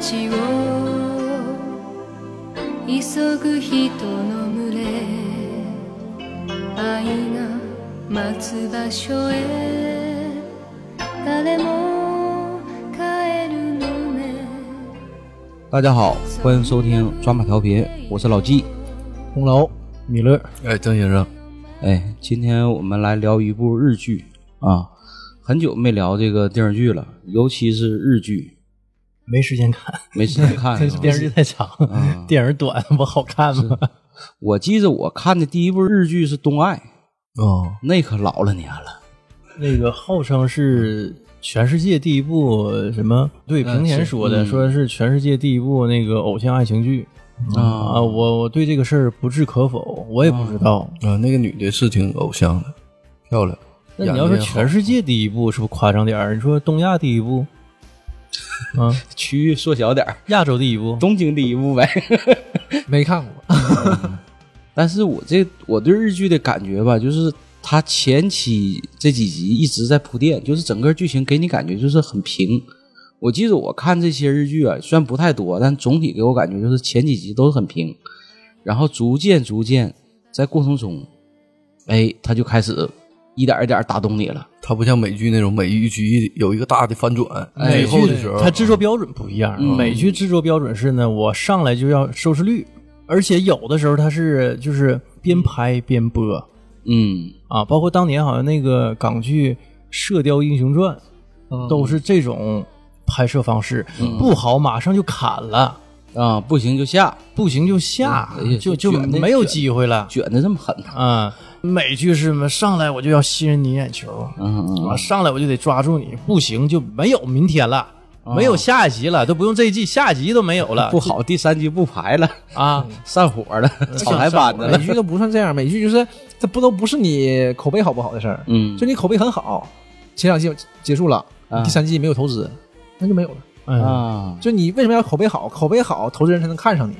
ちを急ぐ人の群れ愛が待つ場所へ誰も帰るのね大家好，欢迎收听抓马调频，我是老纪。红楼、米勒，哎，张先生，哎，今天我们来聊一部日剧啊，很久没聊这个电视剧了，尤其是日剧，没时间看，没时间 看。是吧电视剧太长， 电影短，不好看吗？我记着我看的第一部日剧是《东爱》，哦，那可老了年了。 那个号称是全世界第一部什么？嗯对，平田是说的，嗯说是全世界第一部那个偶像爱情剧啊！我我对这个事儿不置可否，我也不知道。啊，那个女的是挺偶像的，漂亮。那你要演说得也好全世界第一部，是不是夸张点儿？你说东亚第一部，啊，区域缩小点儿，亚洲第一部，东京第一部呗。没看过，但是我这我对日剧的感觉吧，就是它前期这几集一直在铺垫，就是整个剧情给你感觉就是很平。我记得我看这些日剧啊，虽然不太多，但总体给我感觉就是前几集都很平，然后逐渐逐渐在过程中，哎，它就开始一点一点打动你了。她不像美剧那种，每一集有一个大的反转，哎最后的时候，它制作标准不一样。嗯啊美剧制作标准是呢，我上来就要收视率，而且有的时候它是就是边拍边播嗯，啊，包括当年好像那个港剧《射雕英雄传》嗯都是这种拍摄方式，不好马上就砍了，啊，不行就下，不行就下哎呀，就就卷的没有卷机会了卷的这么狠呐、啊。美剧是什么上来我就要吸引你眼球，嗯嗯啊，上来我就得抓住你，不行就没有明天了，没有下一集了，都不用这一季，下一集都没有了， 不好，第三集不排了，啊，散伙了，嗯草台班子了美。剧都不算这样，美剧就是它不都不是你口碑好不好的事儿，嗯就你口碑很好，前两季结束了，啊第三季没有投资，那就没有了。嗯，啊，就你为什么要口碑好？口碑好，投资人才能看上你，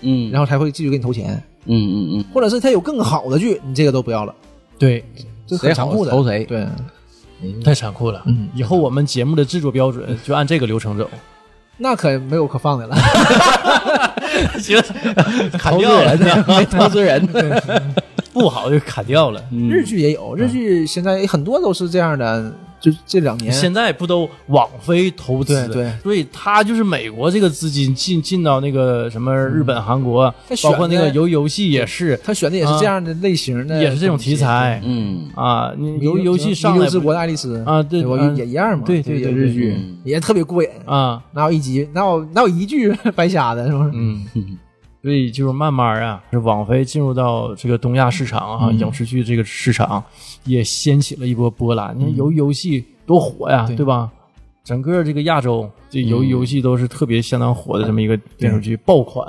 嗯，然后后才会继续给你投钱，嗯嗯或者是他有更好的剧，你这个都不要了，对，这很残酷的。谁好投谁对，太残酷了。嗯以后我们节目的制作标准就按这个流程走，那可没有可放的了， 行，砍掉了，嗯，投资 人，不好就砍掉了。日剧也啊有，日剧现在很多都是这样的，就这两年现在不都网飞投资？对对所以他就是美国这个资金进进到那个什么日本、韩国他，选包的括那个游游戏也是，他选的也是这样的类型的，啊也是这种题。材嗯啊。你迷游游戏上迷来路之不国的爱丽丝啊对吧嗯也一样嘛，对对对对日对剧嗯也特别过瘾，啊，哪有一集哪有哪有一句白瞎的，是不是？嗯，所以就是慢慢啊，是网飞进入到这个东亚市场啊，影视剧这个市场也掀起了一波波澜。你看游游戏多火呀，对对吧？整个这个亚洲，这游游戏都是特别相当火的这么一个电视剧爆款。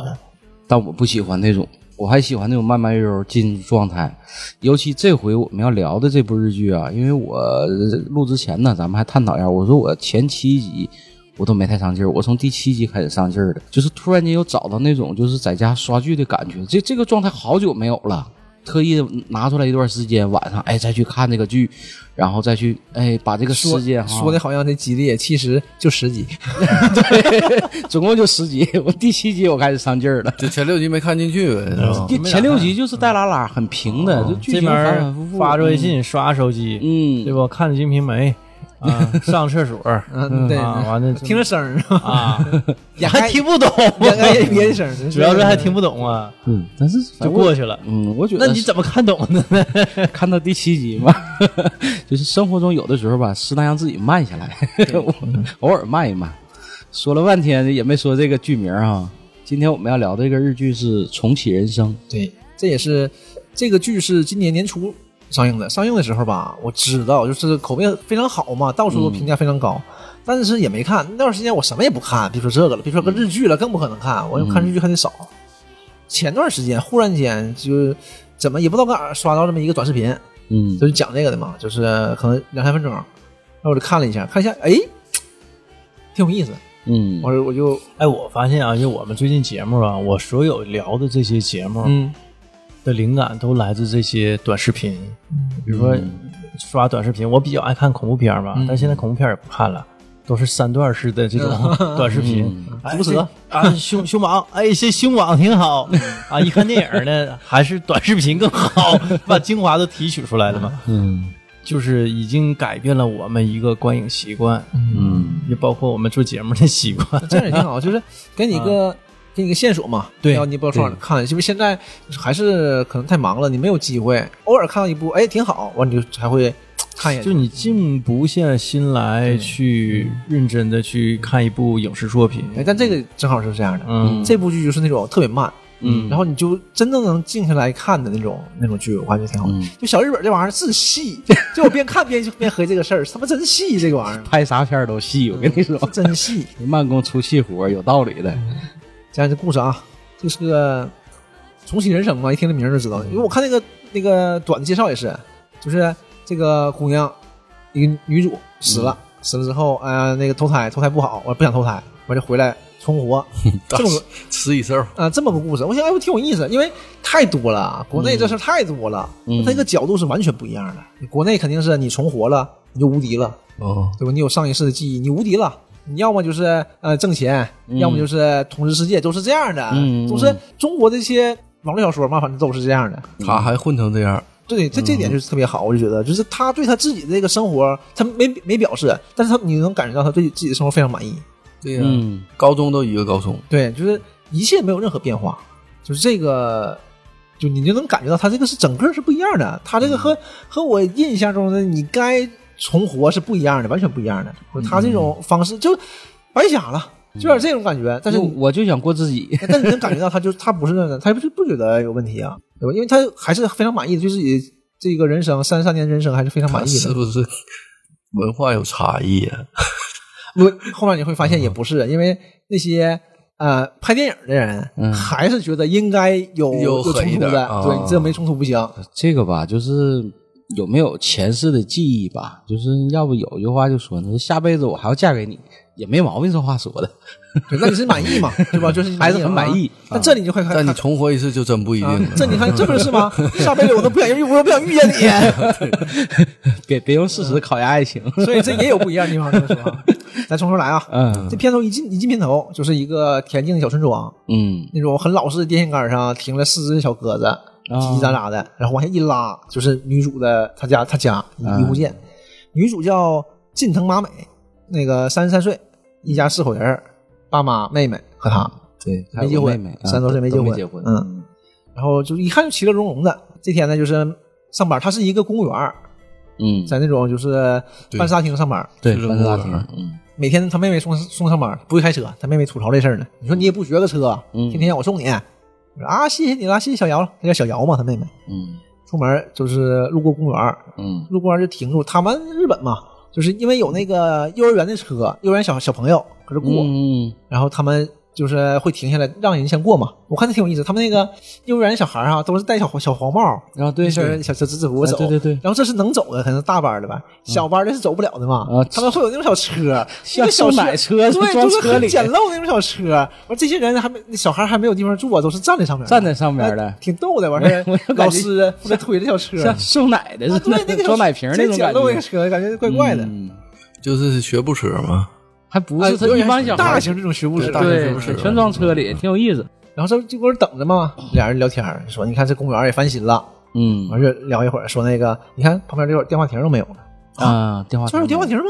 但我不喜欢那种，我还喜欢那种慢慢悠悠进入状态。尤其这回我们要聊的这部日剧啊，因为我呃录之前呢，咱们还探讨一下，我说我前七集。我都没太上劲儿，我从第七集开始上劲儿的，就是突然间又找到那种就是在家刷剧的感觉，这这个状态好久没有了。特意拿出来一段时间，晚上哎再去看这个剧，然后再去哎把这个说时哦间哈说的好像得激烈，其实就十集。对， 总共就十集，我第七集我开始上劲儿了。就前六集没看进去呗，嗯是吧第前六集就是带拉拉，很平的，就剧这情边反儿反复嗯复。发着微信、刷手机，嗯，对吧？看着《金瓶梅》啊，上厕所嗯，对，啊，完了听着声儿， 啊，也还听不懂， 也也也也声儿，主要是还听不懂啊，嗯，但是就反正我过去呃了。嗯，我觉得那你是怎么看懂的呢？ 看到第七集嘛， 就是生活中有的时候吧，适当让自己慢下来， 我偶尔慢一慢。说了半天也没说这个剧名啊。今天我们要聊的这个日剧是《重启人生》，对，这也是这个剧是今年年初上映的。上映的时候吧，我知道就是口碑非常好嘛，到处都评价非常高，嗯但是也没看。那段时间我什么也不看，别说这个了，别说个日剧了，更不可能看。我看日剧看的嗯少。前段时间忽然间就怎么也不知道搁哪儿刷到这么一个短视频，嗯就是讲这个的嘛，就是可能两三分钟，然后我就看了一下，看一下，哎，挺有意思。嗯我我就哎，我发现啊，就我们最近节目啊，我所有聊的这些节目嗯的灵感都来自这些短视频，嗯嗯比如说刷短视频，我比较爱看恐怖片嘛，但现在恐怖片也不看了，都是三段式的这种 短视频，毒蛇啊，凶凶网，哎，这凶网挺好啊，一看电影呢，还是短视频更 好，把精华都提取出来了嘛，嗯就是已经改变了我们一个观影习惯，嗯也包括我们做节目的习惯，嗯这样也挺好，就是给你一个。给你一个线索嘛，嗯对然后你不知道上哪看，是不是现在还是可能太忙了，你没有机会，偶尔看到一部，哎，挺好，完你就才会 看一眼。就你静不下心来去认真的去看一部影视作品，哎，但这个正好是这样的，嗯这部剧就是那种特别慢，嗯然后你就真正能静下来看的那种那种剧，我感觉挺好。嗯就小日本这玩意儿是细， 就我边看边边合计这个事儿，他妈真细这个玩意儿，拍啥片儿都细，我跟你说，是真细。慢工出细活有道理的。讲讲这故事啊，这是个重启人生嘛，一听这名儿就知道。因为我看那个那个短的介绍也是，就是这个姑娘，一个女主死了，嗯死了之后，呃，那个投胎投胎不好，我不想投胎，我就回来重 活， 这种吃一次，啊，这么个故事，我想哎，我挺有意思，因为太多了，国内这事儿太多了，嗯它这个角度是完全不一样的。国内肯定是你重活了，你就无敌了，哦，对吧？你有上一世的记忆，你无敌了。你要么就是呃挣钱，要么就是统治世界，都是这样的，嗯嗯嗯都是中国这些网络小说嘛，反正都是这样的。他还混成这样，对，这这点嗯就是特别好，我就觉得，就是他对他自己的这个生活，他没没表示，但是他你能感觉到他对自己的生活非常满意。对呀，嗯高中都一个高中，对，就是一切没有任何变化，就是这个，就你就能感觉到他这个是整个是不一样的，他这个和、和我印象中的你该重活是不一样的，完全不一样的，就他这种方式就白瞎了，就有点这种感觉。但是就你，我就想过自己， 但是你能感觉到他就他不是那样的，他不是不觉得有问题啊，对吧？因为他还是非常满意的，对自己这个人生三十三年人生还是非常满他意是的。不是文化有差异啊？我后面你会发现也不是，因为那些呃拍电影的人、嗯还是觉得应该有有冲狠一突点的，啊对你这没冲突不行。这个吧，就是有没有前世的记忆吧，就是要不有句话就说呢，下辈子我还要嫁给你，也没毛病，这话说的， 对那你是满意嘛，对吧？就是你还是很满意啊那这里你就会看，但你重活一次就真不一定啊了。这你看这不是吗？下辈子我都不想遇，我都不想遇见你， 别别用事实考验爱情。所以这也有不一样的地方，就是说 啊，咱从头来啊。嗯这片头一进一进片头，就是一个田径小村庄，嗯那种很老式的电线杆上停了四只小鸽啊子，叽叽喳喳的，然后往下一拉，就是女主的她家她家嗯一户建。女主叫近藤麻美，那个三十三岁，一家四口人儿，爸妈、妹妹和她对，还没有结我婚，妹妹三十多岁没结没婚，结婚，嗯，然后就一看就其乐融融的。这天呢，就是上班，她是一个公务员儿，嗯，在那种就是半沙厅上班。对，是搬大公务员厅，每天她妹妹送送上班，不会开车，她妹妹吐槽这事儿呢。你说你也不学个车，啊嗯天天让我送你，我说啊，谢谢你啦，谢谢小姚了，她叫小姚嘛，她妹妹。嗯出门就是路过公园儿，嗯路过公园儿就停住。他们日本嘛，就是因为有那个幼儿园的车，幼儿园小小朋友搁这嗯过，嗯然后他们就是会停下来让人先过嘛。我看他挺有意思，他们那个幼儿园小孩儿啊，都是戴小小黄帽，然嗯啊后对，小对小小制服走。啊对对对然后这是能走的，可能大班儿的吧，小班儿的是走不了的嘛。啊他们会有那种小车，像 那个小送奶车对，装都是车很里简陋的那种小车。完，这些人还没小孩儿还没有地方啊坐，都是站在上面的，站在上面哎的，挺逗的。完我事我就老感觉师负责推着小车，像送奶的啊似对那的，个装奶瓶那种角感落那个觉，车，感觉怪怪的。嗯就是学步车嘛，还不哎是他有一点帮小孩大儿型这种学步车，对大型对是不是全装车嗯里，挺有意思。然后这就搁这等着嘛，俩人聊天儿说：“你看这公园也翻新了。”嗯完事儿聊一会儿，说那个你看旁边这会儿电话亭都没有了，啊，电话这儿有电话亭吗？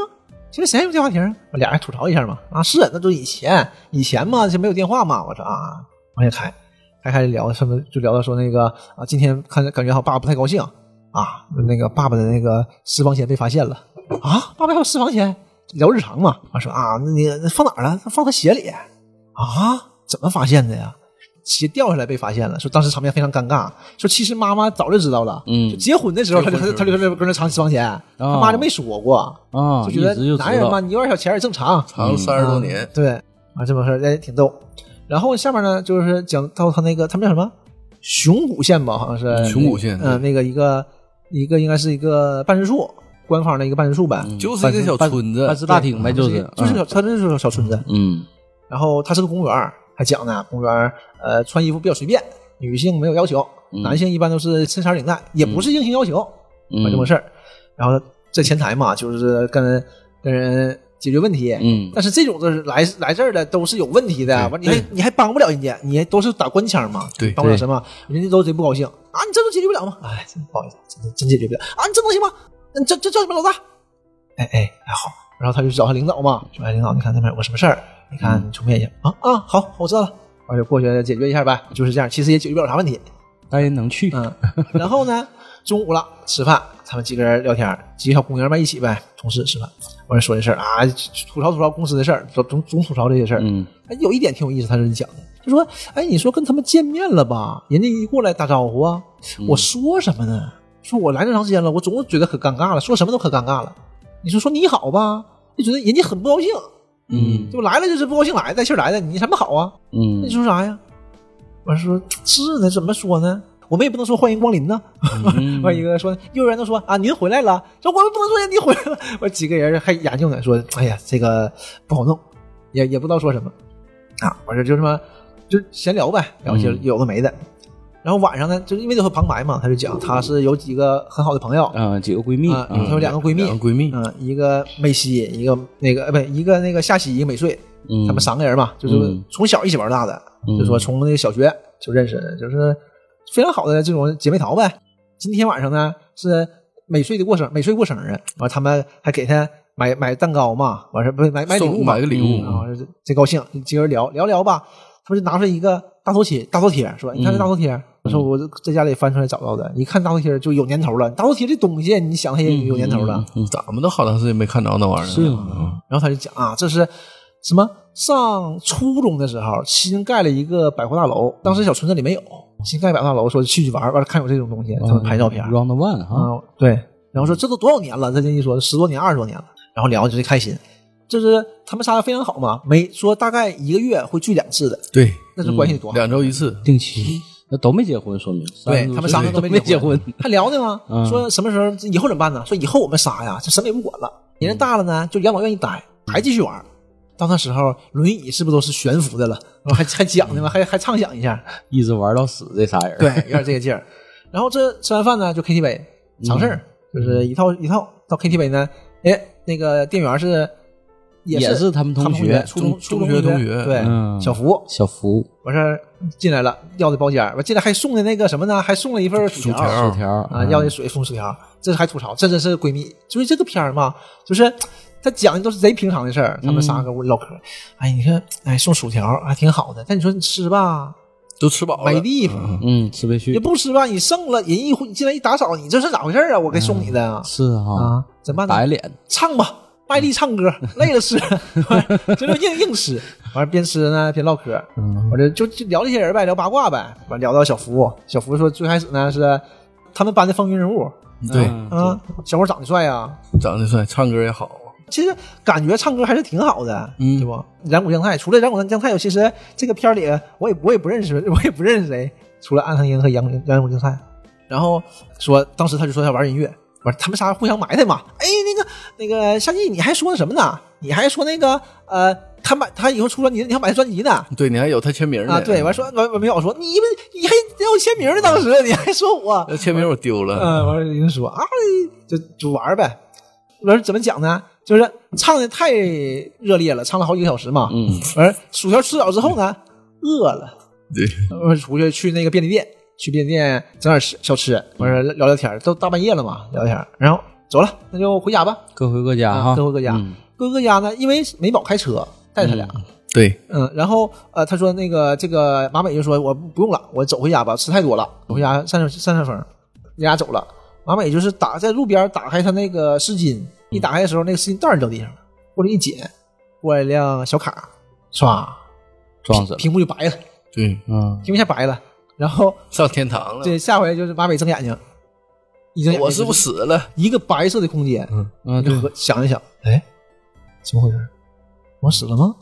现在谁还有电话亭？俩人吐槽一下嘛。啊，是，那都以前，以前嘛，就没有电话嘛。我说啊，往下开，开开聊，他们就聊到说那个啊，今天看感觉好，爸爸不太高兴啊，那个爸爸的那个私房钱被发现了啊，爸爸还有私房钱，聊日常嘛。我说啊，那你那放哪儿了？放他鞋里啊？怎么发现的呀？鞋掉下来被发现了，说当时场面非常尴尬。说其实妈妈早就知道了，嗯就结婚的时候他就结婚他的就时候嗯他就搁那藏私房钱，他妈就没说过，啊，就哦一觉得直就知男人嘛，道，你有点小钱也正常。长了三十多年啊，对，啊，这么事儿哎挺逗。然后下面呢，就是讲到他那个他们叫什么熊谷县吧，好像是熊谷县嗯，那个一个一个应该是一个办事处，官方的一个办事处呗，就是这小村子办，事大厅呗，就就是嗯就是小，他那是小村子。嗯然后他是个公务员儿，还讲呢，公务员儿呃穿衣服比较随便，女性没有要求，嗯男性一般都是衬衫领带，也不是硬性要求，嗯啊这么事儿。然后在前台嘛，就是跟跟人解决问题。嗯但是这种的来来这儿的都是有问题的，完你还对你还帮不了人家，你还都是打官腔嘛，对帮不了什么，人家都贼不高兴啊，你这都解决不了吗？哎，真不好意思，真真解决不了啊，你这能行吗？嗯这这叫什么老大？哎哎还好，然后他就去找他领导嘛，说哎领导，你看那边有个什么事儿，你嗯看你出面一下啊啊，好，我知道了，我就过去解决一下呗，就是这样，其实也解决不了啥问题，但人能去，嗯，然后呢，中午了吃饭，他们几个人聊天，几个小姑娘们一起呗，同事吃饭，完说这事儿啊，吐槽吐槽公司的事儿，总总总吐槽这些事儿。嗯，哎，有一点挺有意思，他这讲的，就说，哎，你说跟他们见面了吧？人家一过来打招呼啊，嗯我说什么呢？说我来这么长时间了，我总觉得可尴尬了，说什么都可尴尬了。你说说你好吧，就觉得人家很不高兴，嗯就来了就是不高兴来的，带气儿来的，你什么好啊？那嗯你，说啥呀？完事说是呢，怎么说呢？我们也不能说欢迎光临呢。嗯完、一个说幼儿园都说啊您回来了，说我们不能说您回来了。完 几个人还研究呢，说哎呀这个不好弄，也也不知道说什么啊。完事就这么就闲聊呗，聊些嗯有的没的。然后晚上呢，就是因为都有旁白嘛，他就讲他是有几个很好的朋友啊，啊，几个闺蜜她、有两个闺蜜，两个闺蜜啊、一个美西，一个那个呃不一个那个夏西，一个美穗，嗯他们三个人嘛，就是嗯从小一起玩大的，嗯就说从那个小学就认识的，就是非常好的这种姐妹淘呗。今天晚上呢是美穗的过生，美穗过生日，完他们还给她买买蛋糕嘛，完事不是买买礼送物嘛啊买个，礼嗯物，然后就贼高兴，几个人聊聊聊吧，他们就拿出来一个大头贴，大头贴说：“你看这大头贴。嗯我说：“我在家里翻出来找到的，一看大头贴就有年头了。大头贴这东西，你想嗯它嗯也有年头了。咱们都好长时间没看着那玩意儿了。是吗然后他就讲啊，这是什么？上初中的时候，新盖了一个百货大楼，当时小村子里没有，新盖百货大楼，说去去玩玩，完了看有这种东西，他们拍照片。嗯，Round One 哈，啊，对，然后说这都多少年了，这一说十多年、二十多年了，然后聊就贼开心，就是他们仨非常好嘛，每说大概一个月会聚两次的，对，那这关系多好。两周一次，定期，那都没结婚，说明嗯对他们仨嗯都都没没结结婚婚，还聊呢吗？嗯说什么时候以后怎么办呢？说以后我们仨呀，就什么也不管了，年龄大了呢，就养老院一待，还继续玩。到那时候，轮椅是不是都是悬浮的了？还还讲呢吗？还还畅想一下，一直玩到死这仨人，对，有点这个劲儿。然后这吃完饭呢，就 KTV 常事儿，就是一套一套到 KTV 呢，哎，那个店员是也也是他们同他们学初中中初中学同同学对嗯，小福小福完事儿进来了，要的包间儿，完进来还送的那个什么呢？还送了一份薯条条薯条啊，嗯要的水送薯条，这还吐槽，这真是闺蜜，就是这个片儿嘛，就是他讲的都是贼平常的事儿，他嗯们仨搁屋里唠嗑，哎，你看，哎，送薯条还挺好的，但你说你吃吧，都吃饱没了。地方，嗯，吃不也去，不吃吧，你剩了，人一回你进来一打扫，你这是咋回事儿啊？我给送你的啊，是哈，啊，怎么办嗯白呢？脸，唱吧，卖力唱歌，累 了吃， 这就硬硬吃。完了边吃呢边唠嗑，嗯我这就就聊这些人呗，聊八卦呗。完聊到小福，小福说最开始呢是他们班的风云人物对，啊，小伙长得帅啊，长得帅，唱歌也好。其实感觉唱歌还是挺好的，嗯对不？染谷将太，除了染谷将太，其实这个片儿里我也我也不认识， 我也不认识谁，除了安藤樱和杨染谷将太。然后说，当时他就说他玩音乐，完他们仨互相埋汰嘛。哎，那个那个夏季，你还说什么呢？你还说那个呃，他买他以后出专辑，你还买他专辑呢？对你还有他签名呢啊，对，完说完完没有说你们你还得要签名呢，当时你还说我，那签名我丢了，嗯，完了人说啊，就就玩儿呗。完了怎么讲呢？就是唱的太热烈了，唱了好几个小时嘛。嗯，完薯条吃饱之后呢，饿了，对， 完出去去那个便利店，去便利店整点吃小吃，完事儿聊聊天儿，都大半夜了嘛，聊天儿，然后走了，那就回家吧，各回各家啊，哈，各回各家嗯，各回各家呢，因为美宝开车带他俩，对，嗯，然后呃，他说那个这个马美就说我不用了，我走回家吧，吃太多了，走回家散散散散风，人家走了。马美就是打在路边打开他那个湿巾，一打开的时候那个湿巾袋儿掉地上了，过来一捡，过来一辆小卡，唰，撞死了，屏幕就白了，对，嗯，屏幕一下白了。然后上天堂了。这下回就是马美睁眼睛，一睁眼睛我是不是死了？一个白色的空间，啊，你对就，和想一想，哎，怎么回事？我死了吗？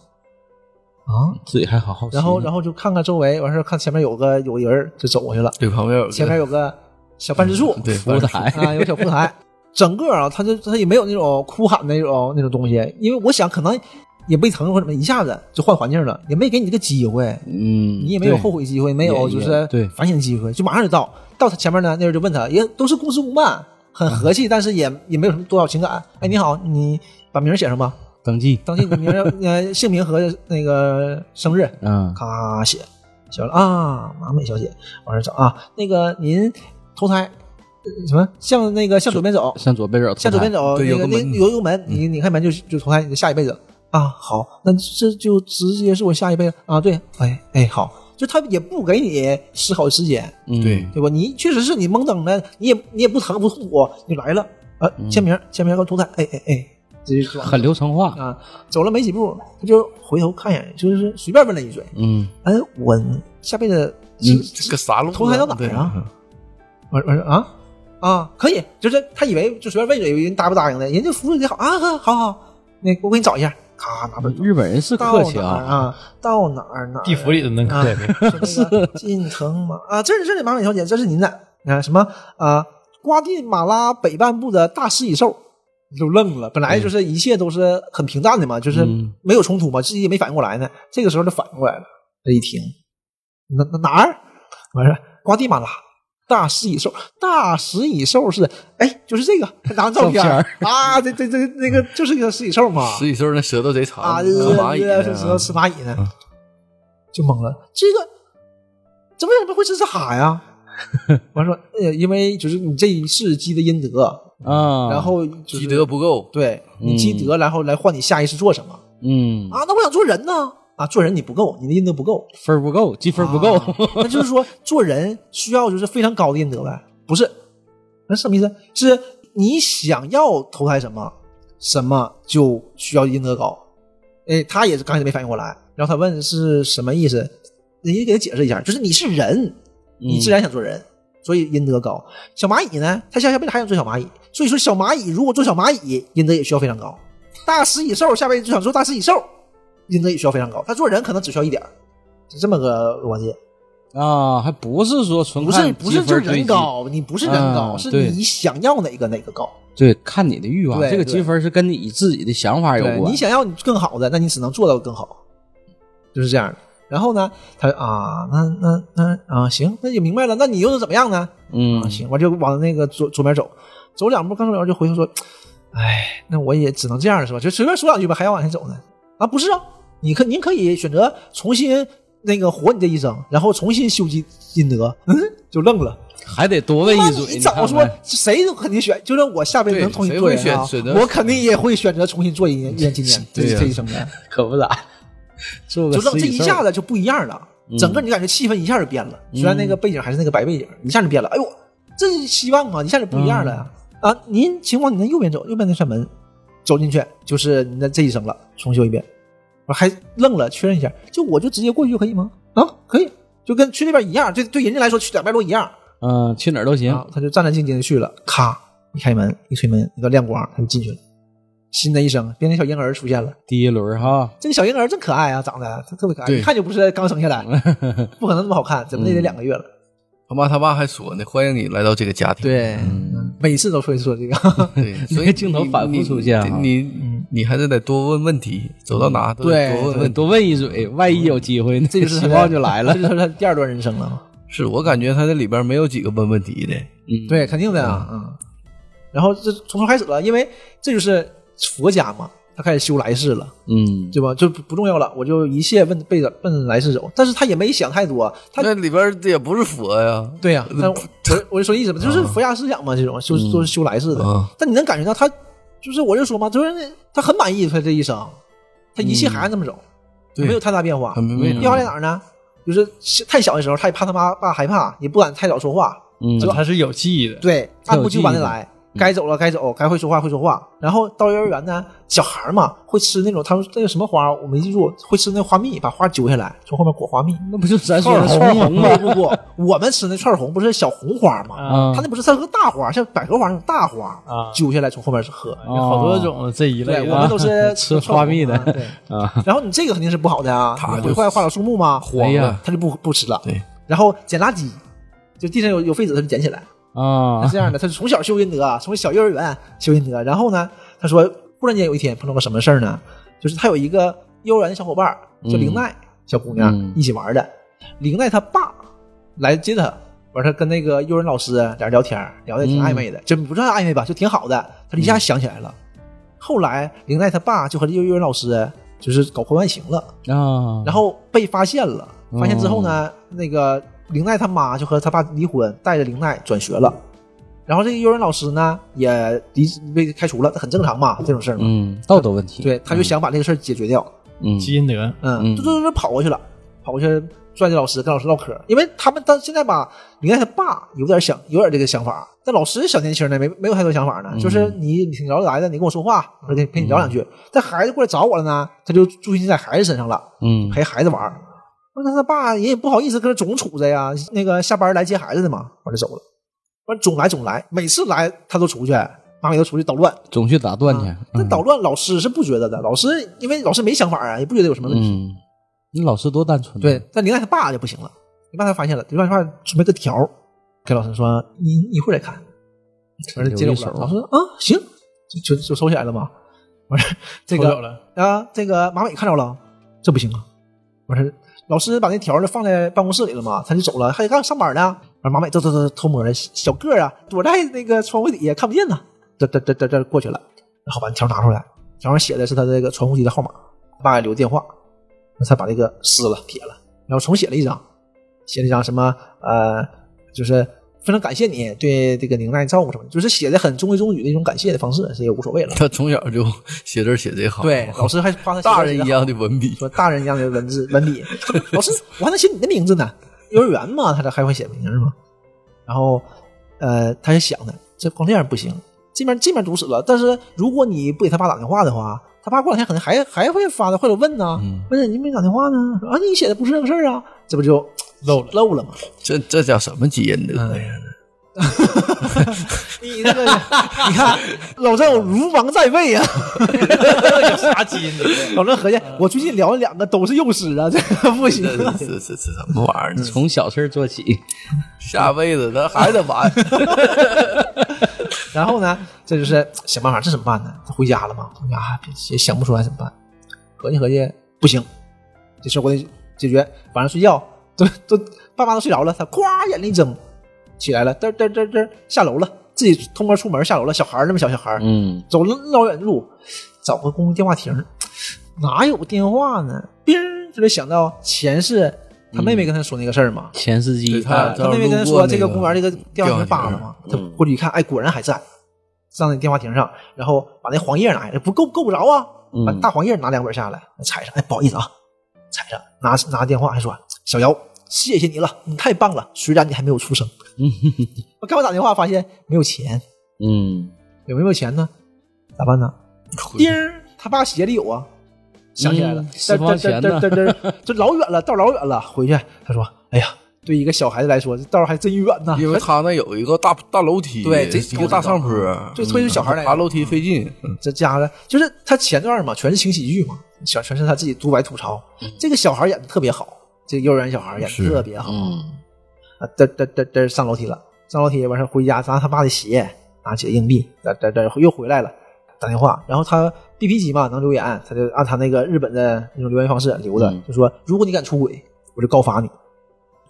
啊，自己还好好奇呢，然后然后就看看周围，完事儿看前面有个有人儿就走过去了，对，旁边有个前面有个小半支树，对服务台， 啊，有小蒲台，整个啊，他就他也没有那种哭喊的那种那种东西，因为我想可能也胃疼或者怎么，一下子就换环境了，也没给你这个机会，嗯，你也没有对后悔机会，没有也就也是对反省机会，就马上就到到他前面呢，那人就问他，也都是嗯公事公办，很和气，但是也也没有什么多少情感。哎，你好，你把名儿写上吧。登记，登记股名儿、 呃姓名和那个生日，嗯咔写，写完了啊，马美小姐，完事儿找啊，那个您投胎呃什么向那个向左边走，向左边走，向左边走，对那有个那门嗯有一个门，你你开门就就投胎你的下一辈子啊。好，那这就直接是我下一辈子啊。对，哎哎，好，就他也不给你思考时间，嗯，对，对吧？你确实是你懵懂的，你也你也不疼不痛苦，你来了啊，嗯签名签名，给我投胎，哎哎哎，这就装很流程化，啊。走了没几步，他就回头看一眼，就是随便问了一嘴，嗯，哎，我下辈子是嗯，这个啥路啊？投胎到哪儿啊对？我我说啊啊，可以，就是他以为就随便问一问，人答不答应的，人家服务得好啊，好好好，那我给你找一下，咔拿本儿日本人是嗯到客气哪儿啊，啊，到哪儿哪儿啊地府里的那啊个，是那个近藤马啊，这是这里马美小姐，这是您的啊什么啊？瓜地马拉北半部的大食蚁兽都愣了，本来就是一切都是很平淡的嘛，就是嗯没有冲突嘛，自己也没反应过来呢。这个时候就反应过来了，这一听，哪哪哪儿？完事儿瓜地马拉。大食蚁兽，大食蚁兽是，哎，就是这个，拿完照片照儿啊，这这这那个就是个食蚁兽 嘛，十几岁儿那舌头贼长，啊，可蚂蚁嗯这知道吃蚂蚁呢，就懵了。这个怎么有人会吃这哈呀？ 完说，呃，因为就是你这一世积的阴德，啊，然后就积是德不嗯够，对你积德，然后来换你下一世做什么嗯，啊？那我想做人呢，啊，做人你不够，你的阴德不够，分儿不够，积分儿不够，啊那就是说做人需要就是非常高的阴德呗？不是，那什么意思？是你想要投胎什么，什么就需要阴德高。哎，他也是刚开始没反应过来，然后他问是什么意思，人家给他解释一下，就是你是人，你自然想做人，所以阴德高。小蚂蚁呢，他下下辈子还想做小蚂蚁，所以说小蚂蚁如果做小蚂蚁，阴德也需要非常高。大食蚁兽下辈子就想做大食蚁兽，阴德也需要非常高。他做人可能只需要一点儿，是这么个逻辑。啊，还不是说纯不是看不是积分就儿人堆积，高，你不是人高，啊是对你想要哪个哪个高。对，看你的欲望，对这个对积分儿是跟你自己的想法有对，关你，想要你更好的，那你只能做到更好，就是这样的。然后呢，他啊，那那那啊，行，那就明白了。那你又能怎么样呢？嗯啊，，行，我就往那个左左边走，走两步，刚走两步就回头说，哎，那我也只能这样了，是吧？就随便说两句吧，还要往前走呢？啊，不是啊，你可您可以选择重新那个活你这一生，然后重新修积阴德。嗯，就愣了。还得多问一那嘴，你你早看说看，谁都肯定选，就算我下辈子能重新对做人谁啊会选择，我肯定也会选择重新做一年一年今年这对呀这一生的，可不咋， 做个就让十这几一岁儿下子就不一样了，整个你感觉气氛一下就变了，虽然那个背景还是那个白背景，一下就变了，哎呦，这是希望啊，一下就不一样了呀！啊，您请往您的右边走，右边那扇门走进去就是您的这一生了，重修一遍。我还愣了，确认一下，就我就直接过去就可以吗？啊，可以，就跟去那边一样，对对人家来说去两边都一样。嗯，去哪儿都行然，后他就战战兢兢的去了，咔一开门一推门，一道亮光，他就进去了。新的一生，变成小婴儿出现了。第一轮儿哈，这个小婴儿真可爱啊，长得特特别可爱，对一看就不是刚生下来，不可能那么好看，怎么也得两个月了。他妈他爸还说呢，欢迎你来到这个家庭。 对，嗯嗯每次都会说这个，对，所那个以镜头你反复你出现啊你你你还是得多问问题，走到哪都得嗯对多问对问题。多问一嘴，万一有机会呢， 这就是希望就来了 这。就是他第二段人生了嘛。是我感觉他这里边没有几个问问题的，对，肯定的啊，嗯。然后这从头开始了，因为这就是佛家嘛，他开始修来世了，嗯，对吧？就不不重要了，我就一切问背着奔来世走。但是他也没想太多，啊他那里边也不是佛呀。对呃呀、但我我就说意思吧，啊就是佛家思想嘛，这种修都是修来世的。嗯但你能感觉到他，就是我就说嘛，就是那他很满意他这一生，他一切还按这么走，嗯对没有太大变化。没没变化在哪儿呢？就是小太小的时候，他也怕他妈爸害怕，也不敢太早说话，嗯，他是有记忆的，对，他按有部记就班忆的的嗯来，该走了该走，该会说话会说话。然后到幼儿园呢，小孩儿嘛会吃那种他们那个什么花，我没记住，会吃那花蜜，把花揪下来，从后面裹花蜜。那不就咱说的串红啊吗？不不不，我们吃那串红不是小红花吗？啊它那不是它是个大花，像百合花那种大花，啊揪下来从后面喝。有好多种这一类对，的我们都是吃串花蜜的红啊对啊，然后你这个肯定是不好的啊，它你就毁坏花草树木嘛，哎慌呀了，它就不不吃了。对，然后捡垃圾，就地上有有废纸，它就捡起来。啊他，这样的，他是从小修阴德，啊从小幼儿园修阴德。然后呢，他说忽然间有一天碰到个什么事儿呢？就是他有一个幼儿园的小伙伴儿叫玲奈、小姑娘、嗯一起玩的，玲奈她爸来接她。完，他跟那个幼儿园嗯老师俩人聊天，聊的挺暧昧的，就不算暧昧吧，就挺好的。他一下想起来了，后来林奈他爸就和幼儿园老师就是搞婚外情了，啊，然后被发现了。嗯发现之后呢，那个林奈他妈就和他爸离婚，带着林奈转学了。然后这个幼儿园老师呢也离被开除了，很正常嘛，这种事儿嘛。嗯，道德问题，对，他就想把这个事儿解决掉。嗯，基因的，嗯，嗯就就就跑过去了，跑过去拽着老师跟老师唠嗑，因为他们到现在吧，林奈他爸有点想有点这个想法，但老师小年轻呢，没没有太多嗯想法呢，就是你你挺聊得来的，你跟我说话，我得陪你聊两句。但孩子过来找我了呢，他就注意在孩子身上了，嗯陪孩子玩儿。我说他爸人也不好意思跟他总杵着呀，那个下班来接孩子的嘛，完就走了。完总来总来，每次来他都出去，妈咪都出去捣乱。总去打断去，嗯但捣乱老师是不觉得的，老师因为老师没想法啊，也不觉得有什么问题。嗯，你老师多单纯，啊对，，但林奈他爸就不行了，林奈他发现了，林奈他爸准备个条儿给老师说，你你一会儿再看，完了接着留一我手老师说啊行，就就就收起来了嘛。我说这偷走个了，啊，这个马尾看着了，这不行啊。我说老师把那条儿就放在办公室里了嘛，他就走了，还得干上班呢。完马尾这这这偷摸的小个儿啊，躲在那个窗户底下看不见呢，这这这这这过去了，然后把条拿出来，条上写的是他这个传呼机的号码，他爸给留电话，他把这个撕了撇了，然后重写了一张，写了一张什么呃，就是非常感谢你对这个宁奈照顾什么的，就是写的很中规中矩的一种感谢的方式，这也无所谓了。 他从小就写字儿写这行，对，老师还夸他 大写人得一好样的文 笔，说大人一样的文字文笔。 老师，我还能写你的名字呢，幼儿园嘛，他这还会写名字嘛。然后，呃，他就想的，这光这样不行，这边这边堵死了。但是如果你不给他爸打电话的话，他爸过两天可能还还会发的，或者问呢，嗯问你没打电话呢，说啊，你写的不是这个事儿啊，这不就漏了，漏了吗？这这叫什么基因的？嗯你这个，你看老郑如芒在背呀、 有啥基因的？老郑合计，我最近聊了两个都是幼师啊，这个不行 这。这这这什么玩意儿？嗯嗯从小事儿做起，下辈子咱还得玩。嗯 然后呢，这就是想办法，这怎么办呢？他回家了嘛，回家别也想不出来怎么办，合计合计不行，这事儿我得解决。晚上睡觉都都爸妈都睡着了，他咵眼睛一睁，起来了，嘚儿嘚儿嘚儿嘚儿下楼了，自己偷摸出门下楼了，小孩儿那么小小孩儿，嗯走了老远的路，找个公共电话亭儿，哪有电话呢？叮儿，他就想到前世他妹妹跟他说那个事儿嘛，前司机，他他妹妹跟他说这个公园这个电话亭扒了嘛，嗯他过去一看，哎，果然还在，上那电话亭上，然后把那黄页拿下来，不够够不着啊，把嗯大黄页拿两本下来，踩上，哎，不好意思啊，踩上，拿拿电话还说小姚，谢谢你了，你太棒了，虽然你还没有 出生，我刚打电话发现没有钱，嗯有没有钱呢？咋办呢？叮儿，他爸鞋里有啊，想起来了嗯，私房钱呢嘚嘚嘚嘚这老远了，道老远了，回去他说，哎呀。对一个小孩子来说，这道还真远 呐。 因为他那有一个大大楼梯，对这一个大上坡，嗯对，所以小孩来嗯爬楼梯费劲。嗯这家伙就是他前段嘛，全是情喜剧嘛，全全是他自己独白吐槽。这个小孩演的特别好，这个幼儿园小孩演的特别好嗯啊！嘚嘚嘚嘚上楼梯了，上楼梯完事儿回家拿他爸的鞋，拿起了硬币，嘚嘚嘚又回来了，打电话，然后他 B P 机嘛能留言，他就按他那个日本的那种留言方式留的嗯，就说如果你敢出轨，我就告发你。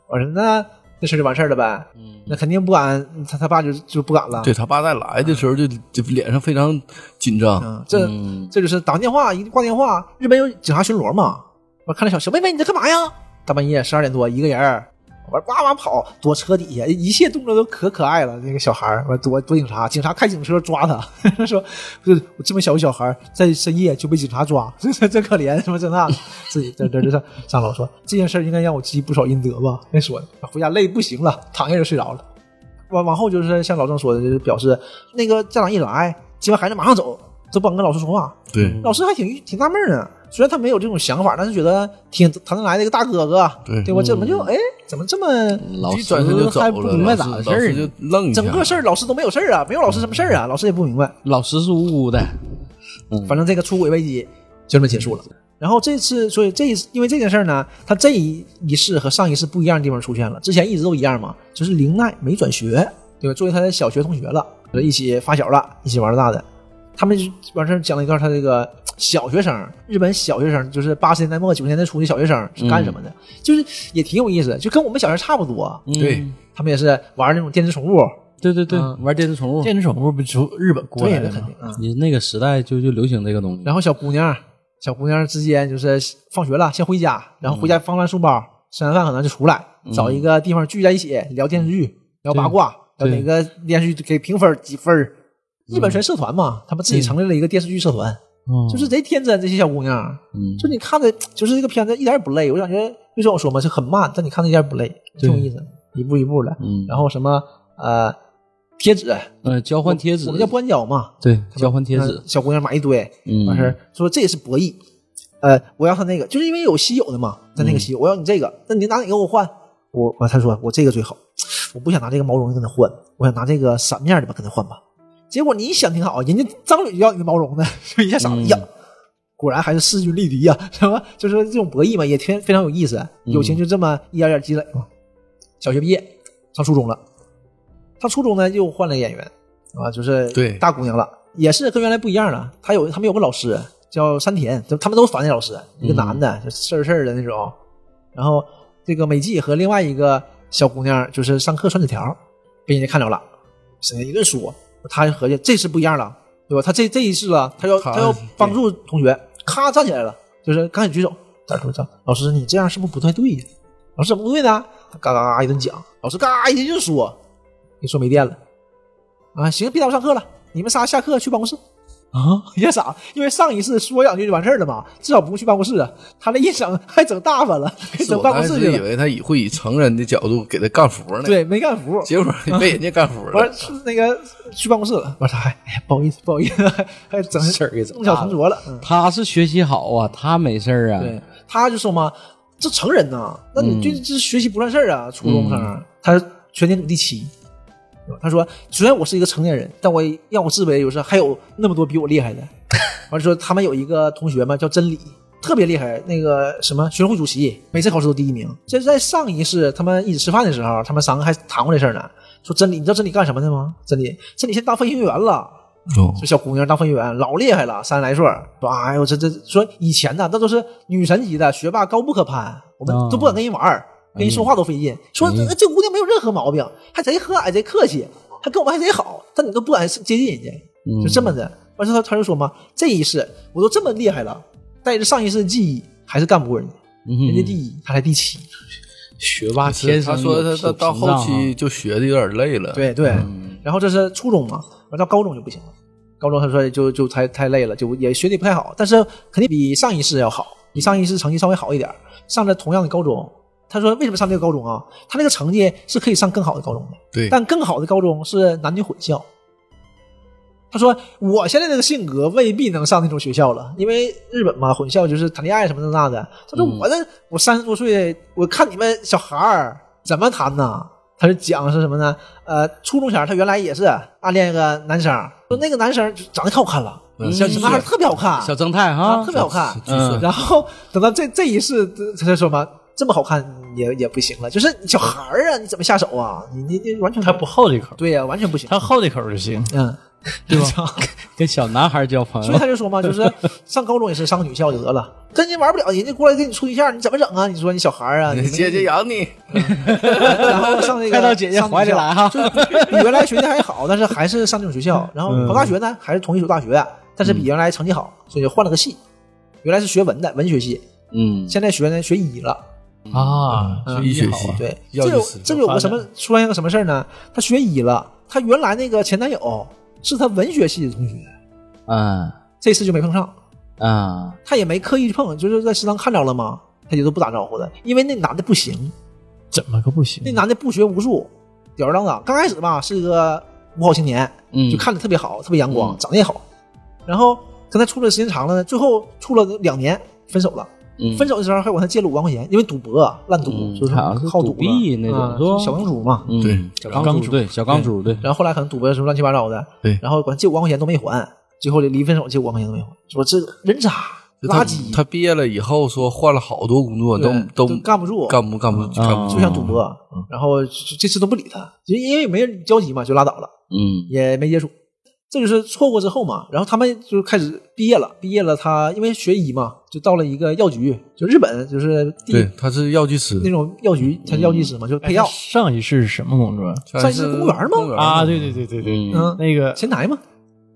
我说那这事儿就完事儿了呗，那肯定不敢，他他爸就就不敢了。对他爸在来的时候就就脸上非常紧张，嗯，这这就是打完电话一挂电话，日本有警察巡逻嘛。我看那小小妹妹，你在干嘛呀？大半夜十二点多，一个人儿，我哇哇跑，躲车底下，一切动作都可可爱了。那个小孩儿，我躲躲警察，警察开警车抓他， 他说：“不是我这么小个小孩儿在深夜就被警察抓， 这这真可怜，什么这那 的，自己这这这上上楼说这件事儿应该让我积不少阴德吧？”那说的，回家累不行了，躺下就睡着了。往往后就是像老郑说的，就是表示那个家长一来，接完孩子马上走，都不敢跟老师说话。对老师还挺挺纳闷呢，虽然他没有这种想法，但是觉得挺谈得来的一个大哥哥，对对吧？怎么就哎，怎么这么老一师转身嗯就走还了，不明白咋老回师事儿老师呢，就愣一下，整个事儿老师都没有事儿啊？没有老师什么事儿啊？老师也不明白。老师是无辜的，反正这个出轨危机就这么结束了。然后这次，所以这一因为这件事儿呢，他这一一世和上一世不一样的地方出现了。之前一直都一样嘛，就是林奈没转学，对吧？作为他的小学同学了，一起发小了，一起玩大的。他们就完事儿讲了一段他这个小学生，日本小学生就是八十年代末九十年代初的小学生是干什么的，嗯就是也挺有意思，就跟我们小学差不多。对他们也是玩那种电子宠物，对对对，嗯玩电子宠物，电子宠物不就日本过对来的，的肯吗定？啊。你那个时代就就流行这个东西。然后小姑娘，小姑娘之间就是放学了，先回家，然后回家嗯放完书包，吃完饭可能就出来，找一个地方聚在一起聊电视剧、聊八卦，聊对哪个电视剧给评分几分儿。日本全社团嘛，他们自己成立了一个电视剧社团，嗯就是贼天真。这些小姑娘，嗯就你看的，就是这个片子一点也不累。我感觉就像我说嘛，就很慢，但你看的一点也不累，挺有意思，一步一步的。嗯，然后什么呃贴纸，呃，交换贴纸我，们叫不弯角嘛，对，交换贴纸嗯，小姑娘买一堆，嗯，完事儿说这也是博弈，呃，我要他那个，就是因为有稀有的嘛，在那个嗯稀有，我要你这个，那你拿哪个给我换？我完，他说我这个最好，我不想拿这个毛绒的跟他换，我想拿这个闪面的吧，跟他换吧。结果你一想挺好，啊人家张 嘴就要你的毛绒的，所以一下傻了，嗯呀、果然还是势均力敌呀、 什么就是这种博弈嘛，也挺非常有意思，啊嗯友情就这么一点点积累嘛。小学毕业，上初中了，上初中呢又换了演员啊，就是对大姑娘了，也是跟原来不一样了。她有他们有个老师叫山田，就他们都烦那老师，一个男的，就事儿事儿的那种。然后这个美纪和另外一个小姑娘就是上课传纸条，被人家看着了，沈阳一顿说，他合计这次不一样了，对吧？他这这一次啊，他要他他要帮助同学，咔站起来了，就是赶紧举手，大家都站老师，你这样是不是不太对呀、老师怎么不对呢？他嘎嘎嘎一顿讲，老师嘎一顿说，你说没电了啊？行，别耽误上课了，你们仨下课去办公室。啊， 也傻，因为上一次说两句就完事儿了嘛，至少不用去办公室啊。他那一整还整大发了，给整我办公当室时去以了，为他以会以成人的角度给他干服呢，对，没干服。结果被人家干服完了。是那个去办公室了，我说还哎呀不好意思不好意思， 还整事儿给整弄巧成拙了。嗯他是学习好啊，他没事儿啊，对，他就说嘛，这成人呐，那嗯你这这学习不算事儿啊，初中生啊，他全年组第七。对吧他说：“虽然我是一个成年人，但我也让我自卑，有时候还有那么多比我厉害的。”完了说他们有一个同学嘛，叫真理，特别厉害，那个什么学生会主席，每次考试都第一名。这是在上一世他们一起吃饭的时候，他们三个还谈过这事儿呢。说真理，你知道真理干什么的吗？真理，真理先当飞行员了。哦这小姑娘当飞行员老厉害了，三十来岁儿说：“哎呦，这这说以前呢，那都是女神级的学霸，高不可攀，我们啊都不敢跟人玩儿，跟人说话都费劲。说这这姑娘没有任何毛病，还贼和蔼，贼客气，还跟我们还贼好，但你都不敢接近人家，嗯就这么的。”完事儿他他就说嘛：“这一世我都这么厉害了，带着上一世的记忆，还是干不过人家，嗯人家第一，他才第七。学啊霸是他说他他到后啊期就学的有点累了，，对对，然后这是初中嘛，完到高中就不行了。高中他说就就太太累了，就也学的不太好，但是肯定比上一世要好，比上一世成绩稍微好一点儿。上了同样的高中，他说为什么上这个高中啊？他那个成绩是可以上更好的高中的，对但更好的高中是男女混校。他说我现在这个性格未必能上那种学校了，因为日本嘛，混校就是谈恋爱什么的那的。他说我这我三十多岁，我看你们小孩儿怎么谈呢？他是讲是什么呢？呃，初中前儿他原来也是暗恋一个男生，说那个男生就长得可好看了，小小男孩儿特别好看，小正太哈，啊，特别好看。嗯然后等到这这一世，他才说嘛，这么好看也也不行了，就是你小孩儿啊，你怎么下手啊？你你你完全他不好这口，对呀、完全不行。他好这口就行。嗯，对吧？跟小男孩交朋所以友他，就说嘛，就是上高中也是上个女校就得了，跟人玩不了，人家过来跟你处对象，你怎么整啊？你说你小孩儿啊，你没姐姐养你，然后上那个快到姐姐怀里来哈上女校就是比原来学的还好，但是还是上那种学校。然后考大学呢，还是同一所大学，啊但是比原来成绩好，所以就换了个系。原来是学文的文学系，嗯，现在学呢学医了。啊，嗯医学系对，药这剂有师这个有个什么出现个什么事儿呢？她学医了，她原来那个前男友是她文学系的同学，嗯这次就没碰上，嗯她也没刻意去碰，就是在食堂看着了嘛，她也都不打招呼的，因为那男的不行，怎么个不行那？男的不学无术，吊儿郎当。刚开始吧是个五好青年，嗯就看着特别好，特别阳光，嗯长得也好。然后跟他处的时间长了呢，最后处了两年，分手了。嗯分手的时候还管他借了五万块钱，因为赌博烂赌，嗯就是好像是靠赌币那种啊是吧小公主嘛。嗯对小钢珠对小钢珠对，然后后来可能赌博什么乱七八糟的，对然后管借五万块钱都没还，最后离分手借五万块钱都没还，说这人渣就他垃圾，他毕业了以后说换了好多工作，都对啊都都干不住干不干不嗯干不嗯就住。像赌博，然后这这次都不理他，就因为没人交集嘛，就拉倒了，嗯也没接触。这就是错过之后嘛，然后他们就开始毕业了，毕业了他因为学医嘛，就到了一个药局，就日本就是第一对，他是药剂师那，种药局，他是药剂师嘛，就配药上一世是什么工作上一次公务员吗啊？对对对对对，嗯嗯那个前台嘛，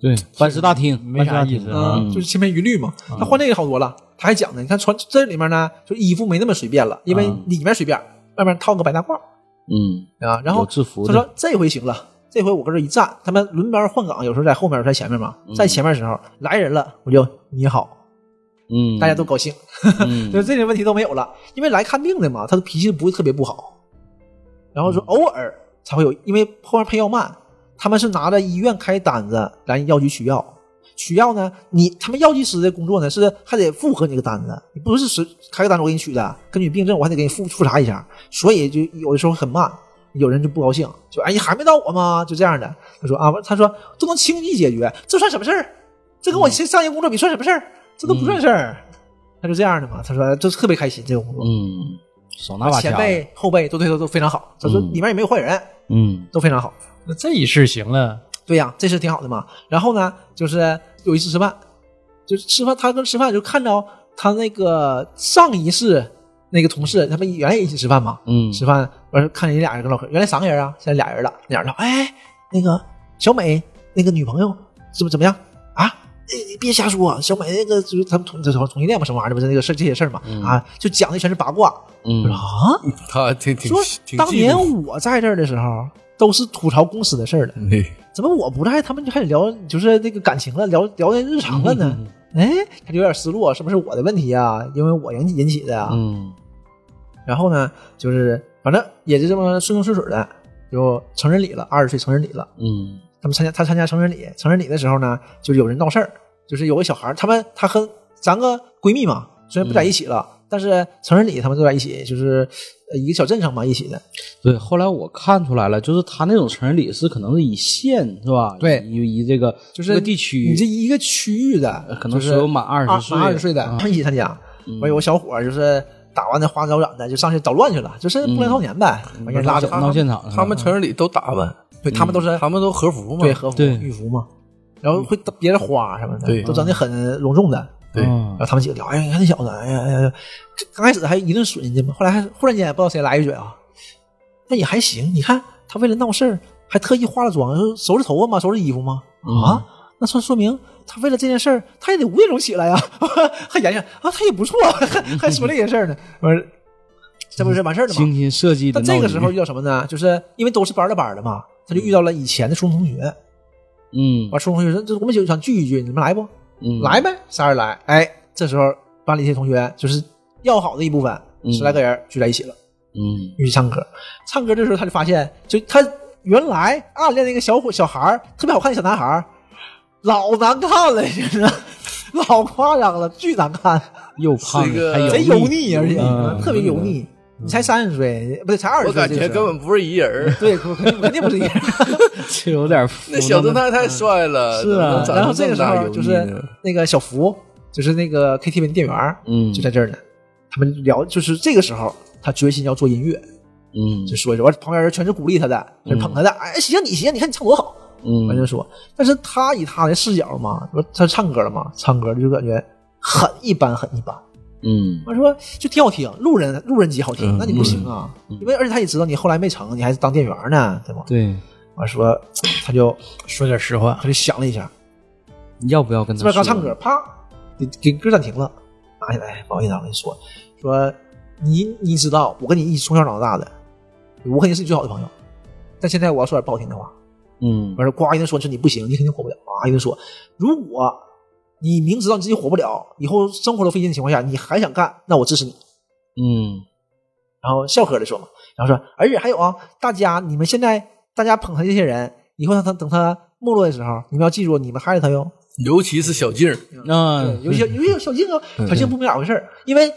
对，办事大厅没啥意思啊啊，嗯就是千篇一律嘛。他换这个好多了，他还讲呢，你看穿这里面呢，就衣服没那么随便了，因为嗯里面随便，外面套个白大褂嗯，啊。然后有制服他的说这回行了，这回我搁这一站，他们轮班换岗，有时候在后面，有时候在前面嘛。在前面的时候来人了，我就你好，嗯，大 家都高兴，嗯就这些问题都没有了，因为来看病的嘛，他的脾气不会特别不好，然后说偶尔才会有，因为后面配药慢，他们是拿着医院开单子来药局取药，取药呢，你他们药剂师的工作呢是还得复核你这个单子，你不是是开个单子我给你取的，根据病症我还得给你复复查一下，所以就有的时候很慢。有人就不高兴，就哎，你还没到我吗？就这样的。他说啊，他说都能轻易解决，这算什么事儿？这跟我上上一个工作比算什么事儿？这都不算事儿。他就这样的嘛，他说就特别开心这个工作，嗯，手拿把前掐，辈后辈都对他都非常好。他说嗯里面也没有坏人，嗯都非常好。那这一世行了，对呀、这是挺好的嘛。然后呢，就是有一次吃饭，就是吃饭，他跟吃饭就看到他那个上一世那个同事，他们原来也一起吃饭嘛，嗯，吃饭完事儿看人俩人跟唠嗑，原来三个人啊，现在俩人了，俩人说，哎，那个小美那个女朋友怎么怎么样啊？哎你别瞎说、小美那个就是他们同同同性恋嘛，什么玩意儿不是那个事儿这些事儿嘛、啊，就讲的全是八卦。嗯我说啊，他挺挺说挺当嫉年 妒我在这儿的时候，都是吐槽公司的事儿的，的，怎么我不在，他们就开始聊就是那个感情了，聊聊那日常了呢？哎，他就有点失落，是不是我的问题啊？因为我引起引起的啊。嗯然后呢，就是反正也就这么顺风顺水的，就成人礼了，二十岁成人礼了。嗯他们参加他参加成人礼，成人礼的时候呢，就是有人闹事儿，就是有个小孩儿，他们他和咱个闺蜜嘛，虽然不在一起了，但是成人礼他们都在一起，就是呃一个小镇上嘛一起的。对，后来我看出来了，就是他那种成人礼是可能是以县是吧？对以以这个就这是个地区，你这一个区域呃的，可能就是有满二二十岁，二十岁的啊，他们一起参加。我有个小伙儿就是打完那花招染的，就上去捣乱去了，就是嗯不良少年呗，完人拉走闹现场，他们成人礼都打扮，对他们都是他们都和服嘛，对和服对羽服嘛，然后会别着花什么的，对都整的很隆重的。对嗯然后他们几个聊，哎呀，你看那小子，哎呀哎呀，这刚开始还一顿损人家嘛，后来还忽然间不知道谁来一嘴啊，那也还行，你看他为了闹事儿还特意化了妆，收拾头发嘛，收拾衣服嘛，嗯啊，那说说明他为了这件事儿，他也得五点钟起来呀、 还研究啊，他也不错， 还还说这件事儿呢，完事儿这不是完事儿了吗？精心设计的但闹剧。这个时候遇到什么呢？就是因为都是班儿的班儿的嘛，他就遇到了以前的初中同学。嗯完，初中同学说：“这我们就想聚一聚，你们来不？嗯来呗，仨人来。”哎，这时候班里一些同学就是要好的一部分，嗯十来个人聚在一起了，嗯一起唱歌。唱歌的时候，他就发现，就他原来暗恋那个小伙小孩儿特别好看的小男孩儿，老难看了，就是 老夸张了，巨难看。又胖是一个还贼油油腻，而且嗯特别油腻。你才三十岁，不对，才二十我感岁，觉根本不是一人 儿。对，肯定肯定不是一样。这有点敷那小弄正的太太帅了，是啊，嗯怎么长 然后成这个时么大候油就是腻呢那个小福，就是那个 KTV 店员，嗯就在这儿呢。他们聊，就是这个时候，他决心要做音乐，嗯就说一说，完旁边人全是鼓励他的，全捧他的，哎，行，你行，你看你唱多好，完就嗯说，但是他以他的视角嘛，说他唱歌了嘛，唱歌就感觉很一般，很一般。嗯我说就挺好听，路人路人级好嗯听，那你不行啊，因为而且他也知道你后来没成，你还是当店员呢，对吗？对，我说他就说点实话他，就想了一下，要不要跟这他边刚说唱歌，啪给给歌暂停了，拿起来不好意思啊，我跟你说，说你你知道我跟你一起从小长到大的，我肯定是你最好的朋友，但现在我要说点不好听的话，嗯完事儿呱一顿说，说你不行，你肯定火不了啊！一顿说，如果你明知道你自己火不了，以后生活都费劲的情况下，你还想干，那我支持你。嗯然后笑呵的说嘛，然后说，而且还有啊，大家你们现在大家捧他这些人，以后他等他没落的时候，你们要记住，你们害了他哟。尤其是小静儿，嗯那有些有些小静啊，小静不明咋回事儿因为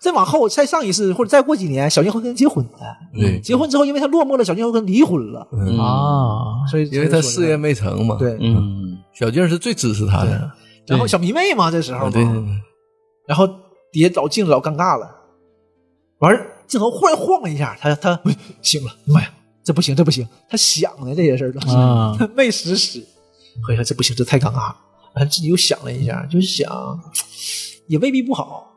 再往后再上一次或者再过几年，小静会跟人结婚的，对，结婚之后因为他落寞了，小静又跟离婚了，嗯啊，所以因为他才说呢事业没成嘛。，对，嗯小静儿是最支持他的。然后小迷妹嘛，这时候啊嘛对，然后底下老镜子老尴尬了，完事儿镜头忽然晃了一下，他他哎 醒了，妈呀，这不行这不行，他想的这些事儿都是、啊没实施，合计说这不行，这太尴尬了。完自己又想了一下，就想也未必不好，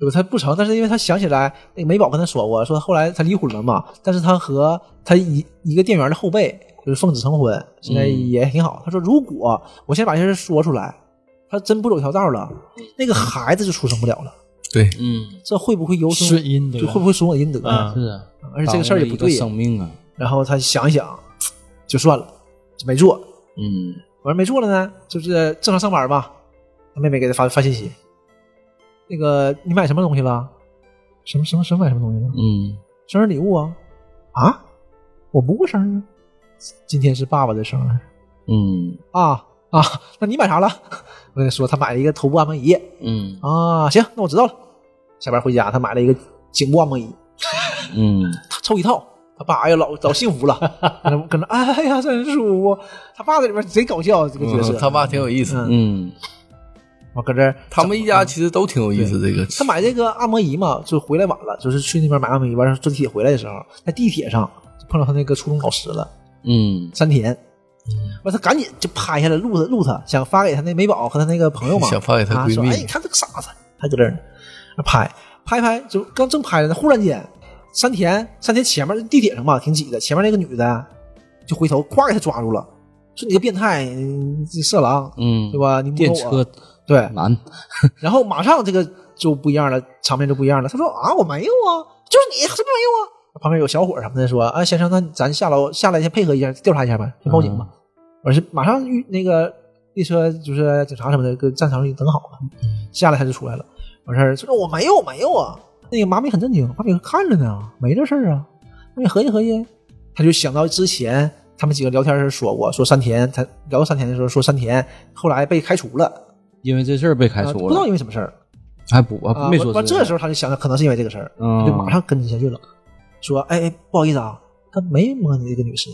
对吧？他不成，但是因为他想起来那个美宝跟他说过，说后来他离婚了嘛，但是他和他一一个店员的后辈就是奉子成婚，现在也挺好。他说如果我先把这事说出来，他真不走一条道了，那个孩子就出生不了了，对，嗯，这会不会有损顺阴的就会不会损我阴德啊呢？是啊，而且这个事儿也不对呀生命啊，然后他想一想，就算了，就没做。嗯，我说没做了呢，就是正常上班吧。他妹妹给他发发信息，那个你买什么东西了？什么什么什么买什么东西了？嗯，生日礼物啊？啊？我不过生日，啊今天是爸爸的生日嗯，啊啊！那你买啥了？我跟你说，他买了一个头部按摩仪嗯，啊。行，那我知道了。下班回家，他买了一个颈部按摩仪，嗯，他凑一套。他爸哎呀，老老幸福了， 跟那跟那哎呀，真舒服。他爸在里面贼搞笑，这个角色。嗯他爸挺有意思。嗯，嗯，我搁这儿他们一家其实都挺有意思，这个他买这个按摩仪嘛，就回来晚了，就是去那边买按摩仪，完事儿坐地铁回来的时候，在地铁上就碰到他那个初中老师了，嗯，山田。完，他赶紧就拍下来录他录他，想发给他那美宝和他那个朋友嘛， 想发给她啊闺蜜说哎，你看这个傻子，还搁这儿呢，拍拍拍，就刚正拍着呢，忽然间，山田山田前面地铁上嘛，挺挤的，前面那个女的啊就回头，咵给他抓住了，说你个变态，你你色狼，嗯，对？吧？你摸电我车对，男，然后马上这个就不一样了，场面就不一样了。他说啊，我没有啊，就是你什么没有啊？旁边有小伙什么的说啊，先生，那咱下楼下来先配合一下，调查一下呗，先报警吧。嗯我是马上遇那个列车就是警察什么的，跟站场里等好了，嗯下来他就出来了。完事儿说我没有没有啊，那个妈咪很震惊，妈咪看着呢，没这事儿啊。那你合计合计，他就想到之前他们几个聊天时说过，说山田，他聊到山田的时候说山田后来被开除了，因为这事儿被开啊除不知道了，因为什么事儿。还不啊啊，没我说我这时候，候他就想到，可能是因为这个事儿，嗯就马上跟进下去了，说：“哎，哎不好意思啊，他没摸你这个女士。”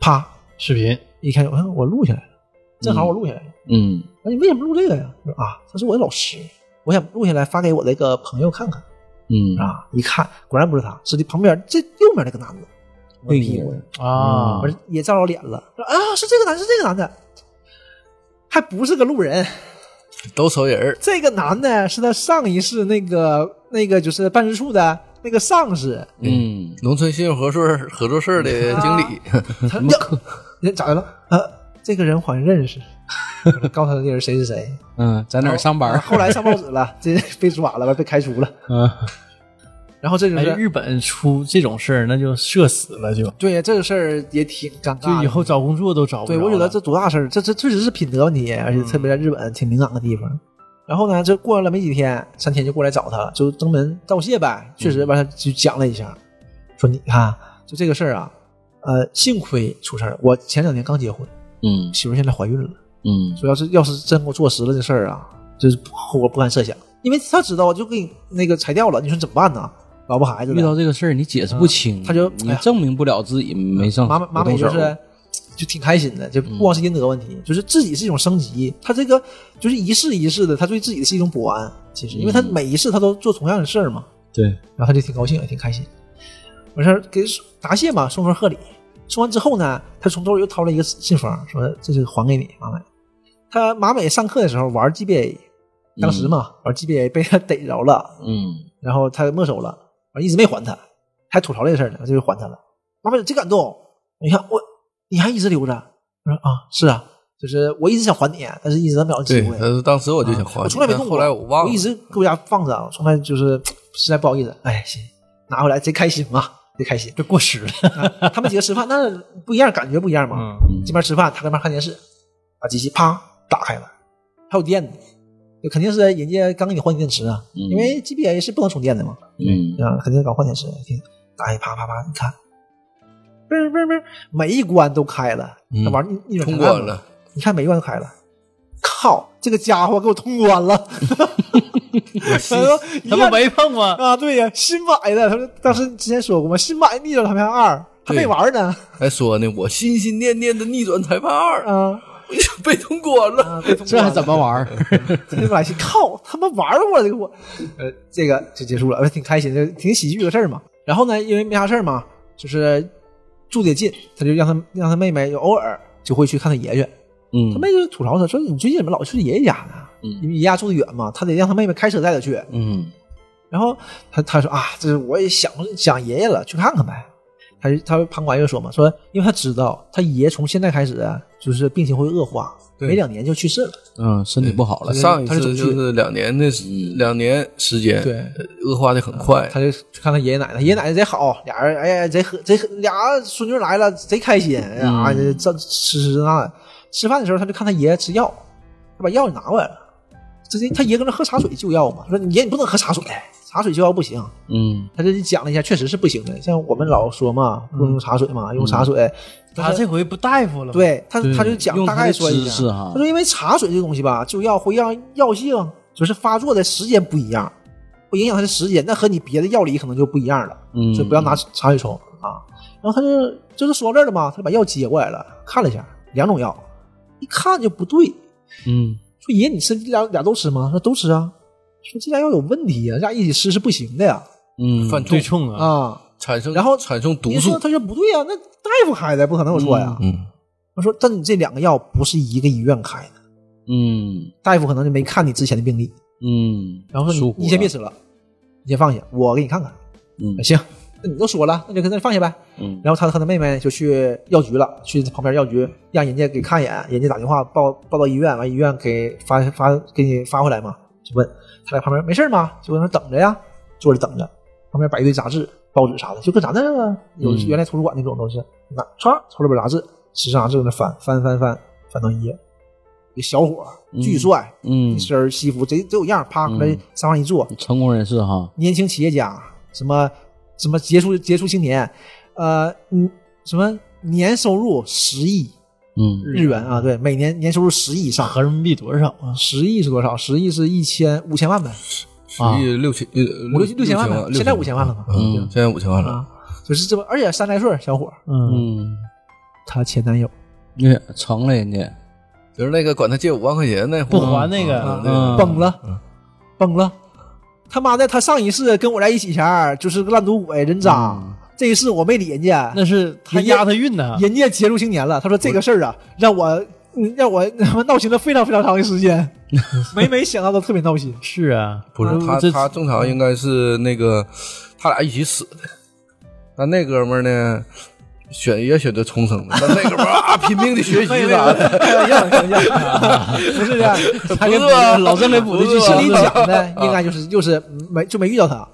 啪，视频，一看，我看我录下来了，正好我录下来了。嗯，那、你为什么录这个呀？说啊，他是我的老师，我想录下来发给我那个朋友看看嗯，啊。一看，果然不是他，是这旁边这右面那个男的，另一屁个股人啊完、也照着脸了，说啊，是这个男，是这个男的，还不是个路人。都熟人儿，这个男的是他上一世那个那个就是办事处的那个上司，嗯，农村信用合作社合作社的经理，他呀， 人咋的了？呃，这个人好像认识， 告诉他这人谁是谁。嗯，在哪儿上班？后来啊上报纸了， 这被抓了，完被开除了。嗯，然后这就哎，是日本出这种事儿，那就社死了就，对呀，这个事儿也挺尴尬就的。以后找工作都找不着对了。我觉得这多大事儿，这这确实是品德问题，而且嗯特别在日本挺敏感的地方。然后呢，这过了没几天，山田就过来找他了，就登门道谢呗。确嗯实，完他就讲了一下，说你看，就这个事儿啊，呃，幸亏出事儿了。我前两年刚结婚，嗯媳妇儿现在怀孕了。嗯说要是要是真给我坐实了这事儿啊，就是后果不堪设想。因为他知道就给你那个裁掉了，你说你怎么办呢？老婆孩子呢遇到这个事儿，你解释不清，他就你哎呀证明不了自己没上马马美不就嗯动哦手是就挺开心的，就不光是阴德问题，就是自己是一种升级。他这个就是一世一世的，他对自己是一种不安。其实，因为他每一世他都做同样的事儿嘛，对，然后他就挺高兴，也挺开心。完事儿给答谢嘛，送份贺礼。送完之后呢，他从兜里又掏了一个信封，说这是还给你马美。他马美上课的时候玩 GBA，当时嘛、玩 GBA 被他逮着了，嗯然后他没收了，完一直没还他，还吐槽这事儿呢，我就还他了。马美真感动，你看我你还一直留着，我说啊是啊，就是我一直想还你，啊但是一直没有机对，会。啊但是当时我就想花我钱，从来没但动过，后来我忘了，一直搁家放着，啊从来就是实在不好意思，哎，行，拿回来贼开心嘛，贼开心。 这过时了，啊他们几个吃饭，那不一样，感觉不一样嘛。嗯，这边吃饭，他跟那边看电视，把机器啪打开了，还有电呢，就肯定是人家刚给你换电池啊，嗯因为 GBA 是不能充电的嘛，嗯啊，肯定刚换电池，听打开啪啪啪，你看，嘣儿嘣儿嘣儿，每一关都开了，那玩意儿逆逆转嗯通裁判关嘛了，你看每一关都开了，靠，这个家伙给我通关 了。他说一他下们没碰吗？啊，对呀，新买的。他说当时之前说过嘛，新买逆转裁判二还没对玩呢还说呢，我心心念念的逆转裁判二啊，被通关了，这还怎么 玩儿？这把戏靠他们玩我这个我， 呃，这个就结束了，挺开心，就挺喜剧的事儿嘛。然后呢，因为没啥事儿嘛，就是住的也近，他就让他让他妹妹偶尔就会去看他爷爷，嗯他妹就吐槽他说：“你最近怎么老去爷爷家呢？嗯因为爷爷家住的远嘛，他得让他妹妹开车带他去。嗯然后他他说啊，这是我也想想爷爷了，去看看呗。他就他旁观又说嘛，说因为他知道他爷从现在开始啊就是病情会恶化，对没两年就去世了。嗯，身体不好了，上一他是怎次么就去嗯是两年的时两年时间，对啊呃，恶化的很快。他就去看他爷爷奶奶，爷爷奶奶贼好，俩人哎呀贼和贼和俩孙女来了贼开心，哎呀嗯这这吃吃那的。吃饭的时候他就看他爷爷吃药，他把药给拿过来了。这这他爷跟那喝茶水就药嘛，说你爷你不能喝茶水，茶水就药不行。嗯他这里讲了一下，确实是不行的。像我们老说嘛，不能嗯用茶水嘛，用茶水。 他这回不大夫了吗，对他对他就讲用大他概的说一知下识，啊哈他说因为茶水这东西吧，就药会让药性就是发作的时间不一样，会影响它的时间，那和你别的药理可能就不一样了，嗯所以不要拿茶水冲啊。然后他就就是说到这儿了嘛，他就把药接过来了，看了一下两种药，一看就不对，嗯说爷你吃这俩俩都吃吗？他说都吃啊，说这俩药有问题呀、啊，这俩一起吃是不行的呀嗯，犯对冲冲啊，啊。产生，然后产生毒你说素，他说不对呀、啊那大夫开的不可能有错呀。嗯，他说但你这两个药不是一个医院开的。嗯大夫可能就没看你之前的病历，嗯，然后说舒你服你先别哎了吃了，你先放下，我给你看看。嗯行，那你都说了，那就跟那放下呗。嗯然后他和他妹妹就去药局了，去旁边药局让人家给看一眼，人家打电话报报到医院，完医院给发发给你发回来嘛，就问他在旁边没事吗？就跟他等着呀，坐着等着，旁边摆一堆杂志、报纸啥的，就跟咱那个有嗯原来图书馆那种都是，那歘抽了本杂志，时尚杂志搁那翻翻翻翻翻到一页，一小伙儿巨帅，嗯一，身西服贼贼有样儿，啪搁那嗯沙发上一坐，成功人士哈，年轻企业家，什么什么杰出杰出青年，呃，嗯，什么年收入十亿嗯日元啊，对，每年年收入十亿以上，合人民币多少啊？十亿是多少？十亿是一千五千万呗，十亿六千，呃啊五六六六千万万呗，现在五千万了嘛，嗯，嗯现在五千万了，啊，就是这么，而且三来岁儿小伙儿，嗯，嗯，她前男友那成了人家，就是那个管他借五万块钱那不户，还那个，嗯啊崩了，崩了，他妈的，他上一世跟我在一起前儿就是个烂赌鬼人渣，这一世我没理人家，那是他人家押他运呢，人家杰出青年了，他说这个事儿啊，让我嗯让我 他妈闹心了非常非常长的时 间，每每想到都特别闹心。是啊，不是他，他正常应该是那个他俩一起死的，但那哥们儿呢，选也选择重生的，但那哥们儿啊 拼命的学习啥的，开玩笑，开玩笑，不是这啊样，他跟不是吧老郑给补的剧不是情吧里 讲的，应该就是就是没就没遇到啊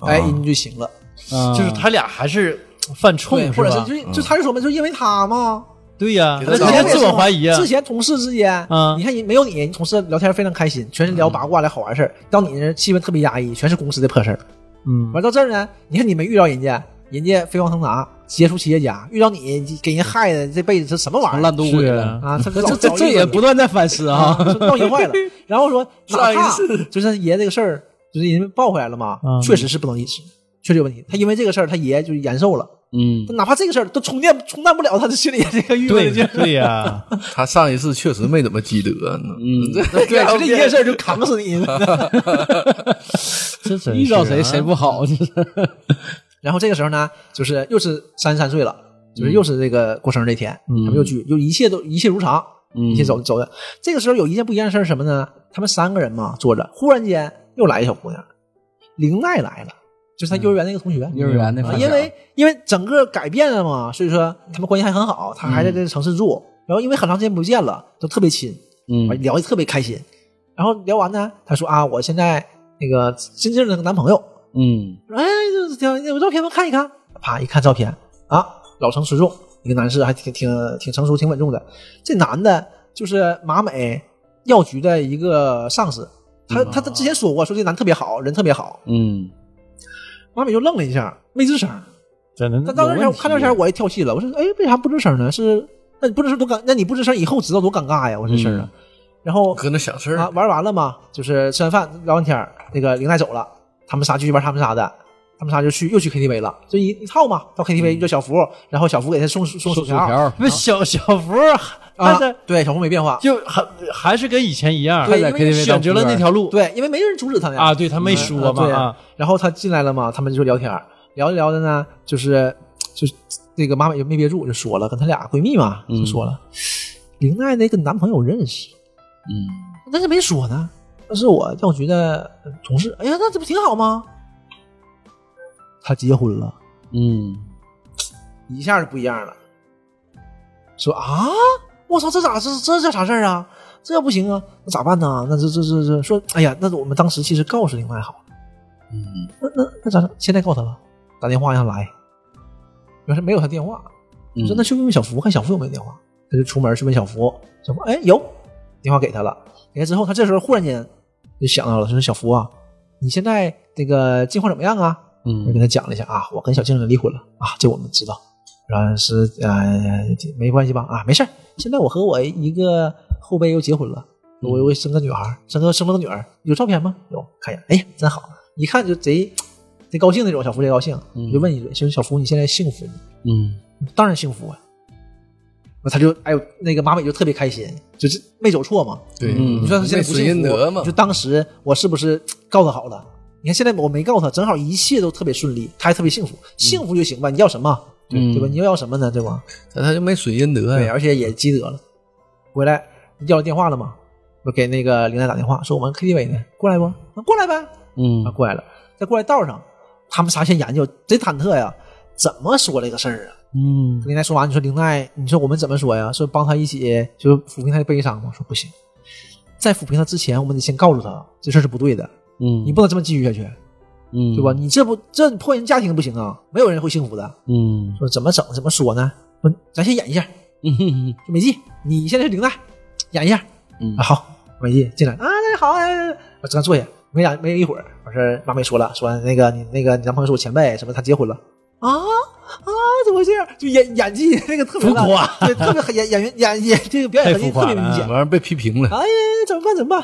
他，哎，人家就行了，啊就是他俩还是犯冲对，，是或者吧？是就就他就说嘛，就因为他嘛，对呀，给他那找直之接前到自我怀疑啊之，前同事之间，嗯你看人没有你，人同事聊天非常开心，全是聊八卦、聊好玩事儿。到你那儿气氛特别压抑，全是公司的破事儿。嗯完到这儿呢，你看你没遇到人家，人家飞黄腾达，杰出企业家，遇到你给人害的这辈子这什么玩意儿烂赌鬼了。啊？这这这这也不断在反思啊啊，， 闹心坏了。然后说，哪上一怕次就是爷这个事儿，就是人家报回来了嘛嗯，确实是不能一直，确实有问题。他因为这个事儿，他爷就是延寿了。嗯哪怕这个事儿都冲淡冲淡不了他的心里这个郁闷对的劲儿。对呀，他上一次确实没怎么积德呢，嗯，对， 就这一件事儿就扛死你。这真遇到是谁啊谁不好，就是 然后这个时候呢，就是又是三十三岁了，就是又是这个过生日那天，嗯他们又聚，就一切都一切如常，嗯一切走走的。这个时候有一件不一样的事儿是什么呢？他们三个人嘛坐着，忽然间又来一小姑娘，林奈来了，就是他幼儿园那个同学。嗯幼儿园那发啊小因为因为整个改变了嘛，所以说他们关系还很好，他还在这个城市住，然后因为很长时间不见了，都特别亲，嗯聊的特别开心。然后聊完呢，他说啊，我现在那个新认识了个男朋友，嗯哎，这挺有照片吗？看一看。啪，一看照片啊，老成持重，一个男士还挺挺挺成熟、挺稳重的。这男的就是马美药局的一个上司，哎他他他之前说过，说这男特别好，人特别好。嗯马美就愣了一下，没吱声。真的但到那嗯有问前我题啊看到前我也跳戏了，我说哎，为啥不吱声呢？是那你不吱声多尴，那你不吱声以后知道多尴尬呀？我这事儿啊。嗯然后搁那想事啊儿，，玩完了嘛，就是吃完饭聊完天儿那个林奈走了，他们仨继续玩他们仨的，他们仨就去又去 KTV 了，就一一套嘛，到 KTV 叫小福，然后小福给他送送薯薯 条，不是小小福儿，啊他是，对，小福没变化，就还还是跟以前一样，对在因为 KTV 选择了那条路对，因为没人阻止他呀啊，对他没说嗯对嘛啊，然后他进来了嘛，他们就聊天儿，聊着聊着呢，就是就是那个妈妈也没憋住，就说了，跟她俩闺蜜嘛，就说了，林奈那个男朋友认识，嗯，但是没说呢，那是我药局的同事。哎呀，那这不挺好吗？他结婚了，嗯，一下就不一样了。说啊，我操，这咋这这叫啥事儿啊？这要不行啊，那咋办呢？那这这这这说，哎呀，那我们当时其实告诉林奈好了，嗯，那那那咋整？现在告诉他了，打电话让他来。要是没有他电话，嗯我说那去问问小福，看小福有没有电话。他就出门去问小福，小福哎有，电话给他了。给他之后，他这时候忽然间就想到了，说小福啊，你现在这个近况怎么样啊？我就跟嗯，他讲了一下啊，我跟小情人离婚了啊，这我们知道。然后是呃，没关系吧？啊，没事儿现在我和我一个后辈又结婚了，我我生个女孩儿，生个生了个女儿，有照片吗？有，看一眼。哎呀，真好，一看就贼贼高兴那种。小福贼高兴，嗯我就问一嘴，说小福你现在幸福吗？嗯，当然幸福啊。那他就哎呦，那个马美就特别开心，就是没走错嘛。对，嗯你说他现在不没死幸因福得，嘛就当时我是不是告他好了？你看现在我没告他，正好一切都特别顺利，他还特别幸福，幸福就行吧？你要什么？嗯嗯对吧？嗯你又要什么呢？对吧？他他就没损阴德对，呀，而且也积德了。回来要了电话了嘛，我给那个林丹打电话，说我们 KTV 呢，过来不？那过来呗。嗯啊，，过来了，在过来道上，他们仨先研究，贼忐忑呀，怎么说这个事儿啊？嗯，林奈说完，你说林奈，你说我们怎么说呀？说帮他一起就是抚平他的悲伤吗？说不行，在抚平他之前，我们得先告诉他这事儿是不对的，嗯，你不能这么继续下去，嗯，对吧？？你这不这破人家庭不行啊，没有人会幸福的。 嗯，说怎么整？怎么说呢？说咱先演一下，嗯，说美纪，你现在是林奈，演一下。嗯啊，好，美纪进来啊，大家好，哎哎我正坐下，没演没一会儿，完事儿妈咪说了，说那个你那个你男朋友是我前辈，什么他结婚了。啊啊！怎么回事？就演演技那个特别烂浮夸，对，特别很演演员演演这个表演痕迹太浮夸特别了明嗯。显完了被批评 了。哎呀，怎么办？怎么办？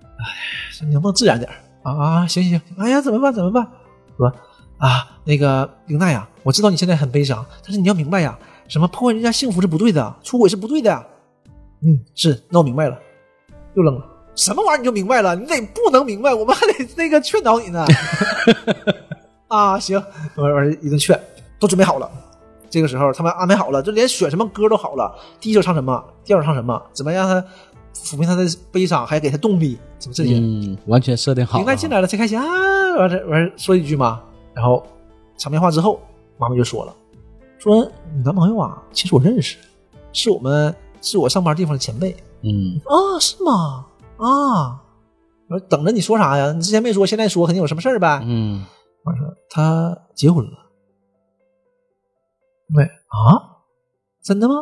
哎，说你能不能自然点儿啊？啊，行行行，哎呀，怎么办？怎么办？说啊，那个玲娜呀，我知道你现在很悲伤，但是你要明白呀，什么破坏人家幸福是不对的，出轨是不对的。嗯，是，那我明白了，又愣了。什么玩意儿你就明白了？你得不能明白，我们还 得那个劝导你呢。啊，行，我我一顿劝，都准备好了。这个时候他们安排好了，就连选什么歌都好了，第一首唱什么，第二首唱什么，怎么让他抚平他的悲伤，还给他动力，怎么这些？嗯，完全设定好林了丹。进来了，才开心啊！完事完事说一句嘛，然后场面话之后，妈妈就说了，说你男朋友啊，其实我认识，是我们是我上班地方的前辈嗯啊，是吗？啊，我说等着你说啥呀？你之前没说，现在说，肯定有什么事儿呗。嗯我说他结婚了，没啊？真的吗？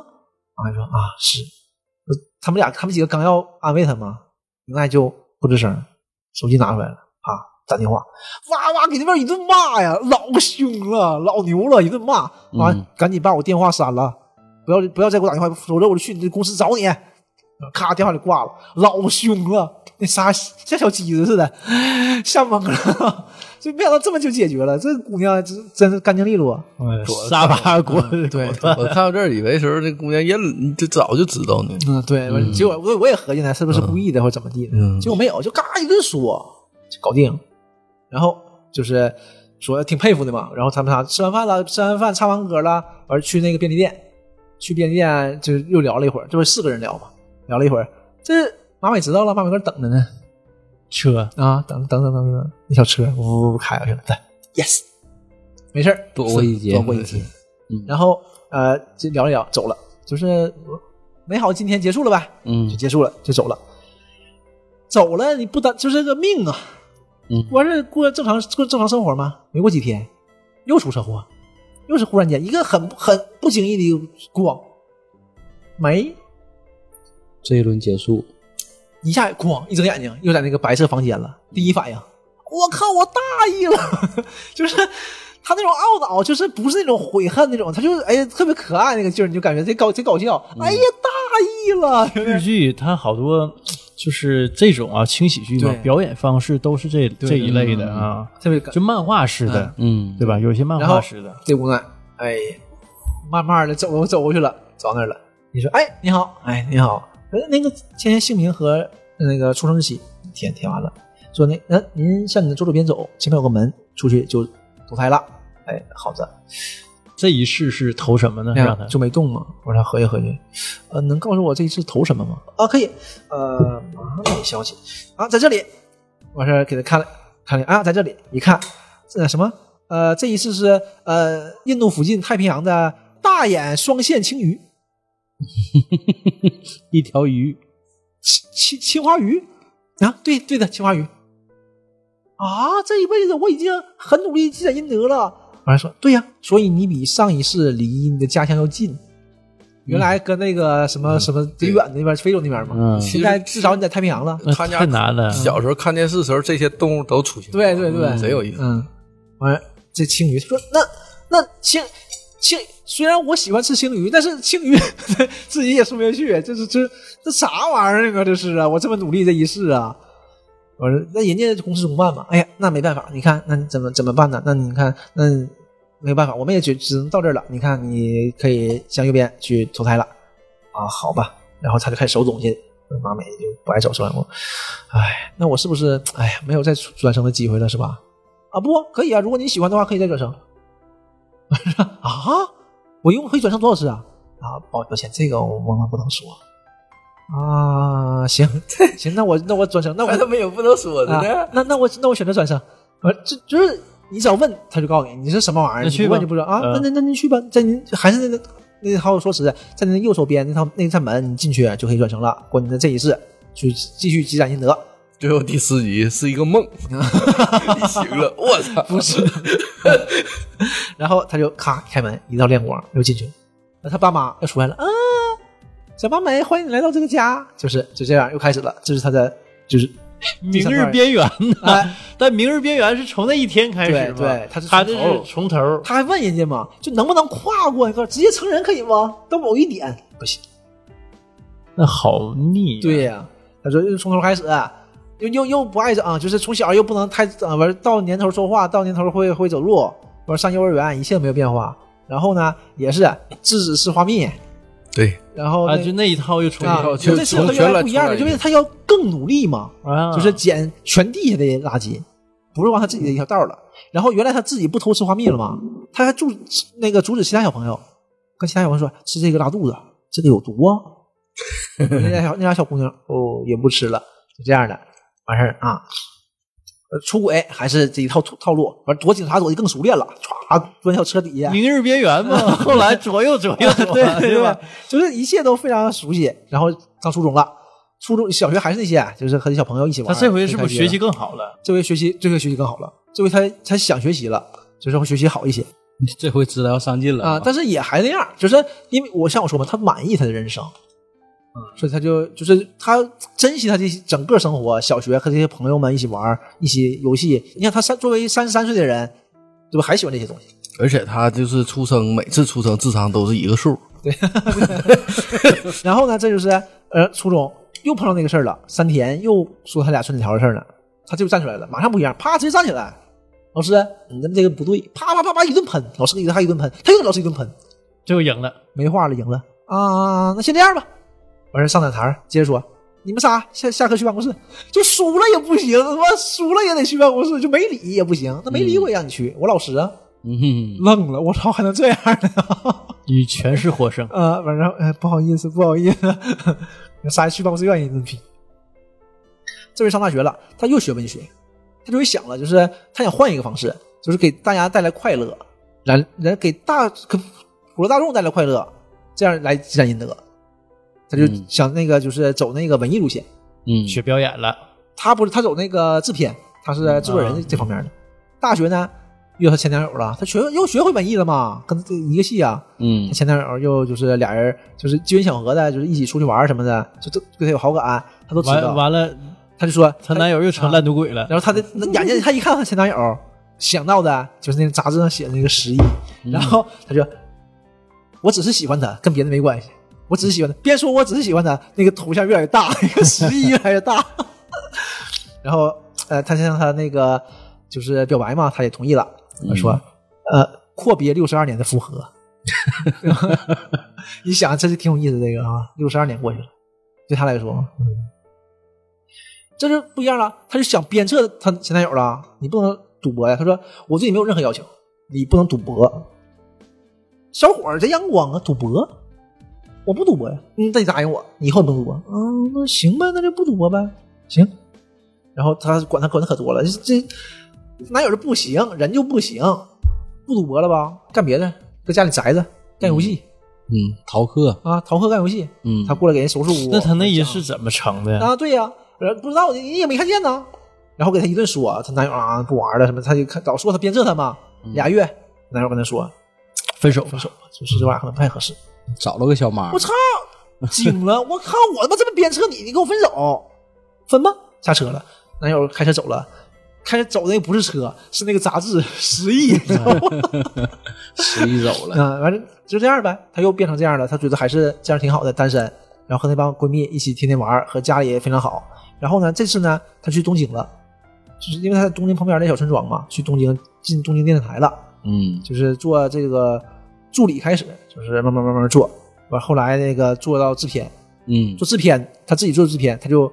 妈妈说啊是，呃他们俩他们几个刚要安慰他嘛，林奈就不吱声，手机拿出来了啊，打电话，哇哇给那边一顿骂呀，老凶了，老牛了，一顿骂，完、嗯赶紧把我电话删了，不要不要再给我打电话，否则我就去你这公司找你。咔，电话就挂了，老凶了，那仨像小鸡子似的，吓懵了，就没想到这么就解决了。这姑娘真真是干净利落，哎沙巴国嗯对，我看到这儿以为时候这姑娘也这早就知道呢。嗯，对，我结果我我也合计呢，是不是故意的或者怎么地的？嗯结果没有，就嘎一顿说，就搞定。然后就是说挺佩服的嘛。然后他们仨吃完饭了，吃完饭唱完歌了，完去那个便利店，去便利店就又聊了一会儿，这不是四个人聊嘛，聊了一会儿，这马美知道了，马美搁那等着呢。车，啊，等等等等等，那小车呜呜开过去了，对，yes，没事儿，躲过一劫躲过一劫。嗯然后呃，就聊一聊，走了，就是呃美好今天结束了吧，就嗯结束了，就走了。走了，你不当就是个命啊！嗯完事儿过正常过正常生活吗？没过几天，又出车祸，又是忽然间一个很很不经意的一个咣，没这一轮结束。一下哐一睁眼睛又在那个白色房间了，嗯第一反应，我靠，我大意了， 就是他那种懊恼，就是不是那种悔恨那种，他就是哎呀特别可爱那个劲儿，你就感觉贼搞贼搞笑，嗯哎呀大意了，有点日剧它好多就是这种啊轻喜剧嘛对，嗯表演方式都是这这一类的啊，特别感就漫画式的，嗯，对吧？有一些漫然后画式的，这姑娘，哎，慢慢的走，我走过去了，走到那儿了。你说，哎，你好，哎，你好，呃，那个填写姓名和那个出生日期，填填完了，说那呃那您向你的左手边走，前面有个门，出去就投胎了。哎，好的，这一世是投什么呢？哎呀让他就没动嘛。我俩合计合计，呃，能告诉我这一次投什么吗？啊，可以，呃，马上给消息啊，在这里。完事儿给他看了看了啊，在这里一看，这什么？呃，这一次是呃，印度附近太平洋的大眼双线青鱼， 一条鱼， 青青青花鱼啊，对对的，青花鱼。啊，这一辈子我已经很努力积攒阴德了。完了说，对呀、所以你比上一世离你的家乡要近。原来跟那个什么什么贼远的那边，非洲那边嘛，嗯现在至少你在太平洋了。那他家太难了。嗯小时候看电视时候，这些动物都出现，对对对，贼有意思。嗯，完了这青鱼，他说那那青青，虽然我喜欢吃青鱼，但是青鱼 自己也说不下去，这是这这啥玩意儿啊？这是啊，我这么努力这一世啊，我说那人家同事同伴嘛，哎呀，那没办法，你看那你怎么怎么办呢？那你看那没有办法，我们也只只能到这儿了。你看你可以向右边去投胎了啊，好吧，然后他就开始手肿去。马美就不爱走收养工，哎，那我是不是哎呀没有再转生的机会了是吧？啊，不可以啊！如果你喜欢的话，可以再转生。 啊，我一共可以转生多少次啊？啊，抱抱歉，这个我我们不能说。啊，行 行，那我那我转生，那我还他妈有不能说的啊呢，，那那我那我选择转生。我这就是你只要问他就告诉你你是什么玩意儿，那你去不吧问就不知道啊。嗯那那那您去吧，在您还是那那那好，我说实在，在您右手边那套那扇门，你进去就可以转生了。过你的这一世，去继续积攒阴德。最后第四集是一个 梦，一醒了，我操，不是，然后他就咔开门，一道亮光又进去了。那他爸妈又出来了啊，小八梅，欢迎你来到这个家，就是就这样又开始了，这是他的就是明日边缘呢哎？但明日边缘是从那一天开始对嘛对它是他这从头是从头。他还问人家嘛，就能不能跨过一个直接成人可以吗？到某一点不行。那好腻、啊。对呀、他说又从头开始，又又又不爱啊，就是从小又不能太啊，完、到年头说话，到年头会会走路，完上幼儿园一切没有变化。然后呢，也是制止吃花蜜，对，然后啊，那就那一套又重啊，新。这次和原来不一样了，因为他要更努力嘛，啊，就是捡全地下的垃圾，不是往他自己的一条道了。然后原来他自己不偷吃花蜜了嘛，他还阻那个阻止其他小朋友，跟其他小朋友说吃这个拉肚子，这个有毒 啊。那俩小那俩小姑娘哦也不吃了，就这样的完事儿啊。呃出轨还是这一套套路，完躲警察躲得更熟练了，歘钻小车底下， 明日边缘嘛。后来左右左右左右，啊对对吧吧？？就是一切都非常熟悉。然后上初中了，初中小学还是那些，啊就是和小朋友一起玩他儿。这回是不是学习最开心更了？好了？这回学习，这回学习更好了。这回他他想学习了，就是会学习好一些这回知道要上进了啊、但是也还那样，就是因为我像我说嘛，他满意他的人生，所以他就就是他珍惜他这整个生活，小学和这些朋友们一起玩儿，一起游戏。你看他三作为三十三岁的人，对吧？还喜欢这些东西。而且他就是出生，每次出生智商都是一个数，然后呢，这就是呃，初中又碰到那个事儿了，山田又说他俩顺子条的事儿呢，他就站出来了，马上不一样，啪直接站起来，老师，你们这个不对，啪啪啪啪一顿喷，老师给他一顿喷，他又给老师一顿喷，最后赢了。没话了，赢了啊，那先这样吧，完事儿上讲台儿接着说。你们仨下下课去办公室，就输了也不行，他妈输了也得去办公室，就没理也不行。那没理我也让你去，我老师啊，嗯哼。嗯愣了，我操，还能这样呢？你全是获胜，呃，晚上呃，不好意思，不好意思，啥去办公室愿意一顿批。这回上大学了，他又学文学，他就会想了，就是他想换一个方式，就是给大家带来快乐，然然给大给普罗大众带来快乐，这样来积攒阴德。他就嗯想那个就是走那个文艺路线，嗯，学表演了，他不是他走那个制片，他是制作人这方面的。大学呢，约他前男友了，他学又学会文艺了嘛，跟这一个系啊。嗯前男友又就是俩人就是机缘巧合的，就是一起出去玩儿什么的，就都对他有好感，他都知完道。完了，他就说哎啊她男友又成烂赌鬼了。然后他的那眼睛，他一看他前男友，想到的就是那个杂志上写的那个十亿，嗯然后他就，我只是喜欢他，跟别的没关系，我只是喜欢他。别说我只是喜欢他，那个头像越来越大，那个十亿越来越大。然后呃，他向他那个就是表白嘛，他也同意了，我说，呃，阔别六十二年的复合。 你想，这是挺有意思的这个啊，六十二年过去了，对他来说，这就不一样了。他就想鞭策他前男友了，你不能赌博呀。他说我对你没有任何要求，你不能赌博。小伙儿在阳光啊，赌博，我不赌博呀，你得答应我，你以后不赌博。嗯，那行呗，那就不赌博呗，行。然后他管他管的可多了，这这哪有这不行，人就不行，不赌博了吧？干别的，搁家里宅着，干游戏、嗯，逃课，啊，逃课干游戏。嗯，他过来给人收拾屋，那他那一是怎么成的呀？啊，对呀、呃，不知道你也没看见呢。然后给他一顿说，她男友啊不玩了什么，他就看老说他鞭策他嘛，嗯俩月，男友跟他说分手吧，分手吧，就是这玩意儿可能不太合适。找了个小妈我，操，惊 了！我靠，我他妈这么鞭策你，你跟我分手，分吧。下车了，男友开车走了，开车走的那不是车，是那个杂志十 亿，你知道吗？十一走了，啊，完了就这样呗。她又变成这样了，她觉得还是这样挺好的，单身。然后和那帮闺蜜一起天天玩儿，和家里也非常好。然后呢，这次呢，她去东京了，就是因为她在东京旁边那小村庄嘛，去东京进东京电视台了，嗯就是做这个助理开始，就是慢慢慢慢做。完后来那个做到制片，嗯做制片，她自己做制片，她就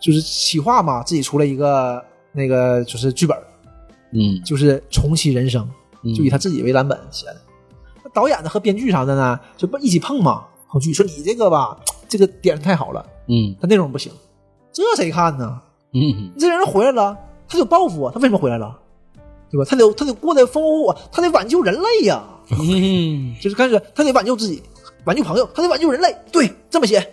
就是企划嘛，自己出了一个那个就是剧本，嗯，就是重启人生。嗯就以他自己为蓝本写的。那导演呢和编剧啥的呢，就不一起碰嘛，碰剧说你这个吧，这个点太好了，嗯他内容不行，这谁看呢？嗯你这人回来了，他有报复啊，他为什么回来了？对吧？他得他得过得丰富啊，他得挽救人类呀、嗯，就是开始他得挽救自己，挽救朋友，他得挽救人类。对，这么写，哎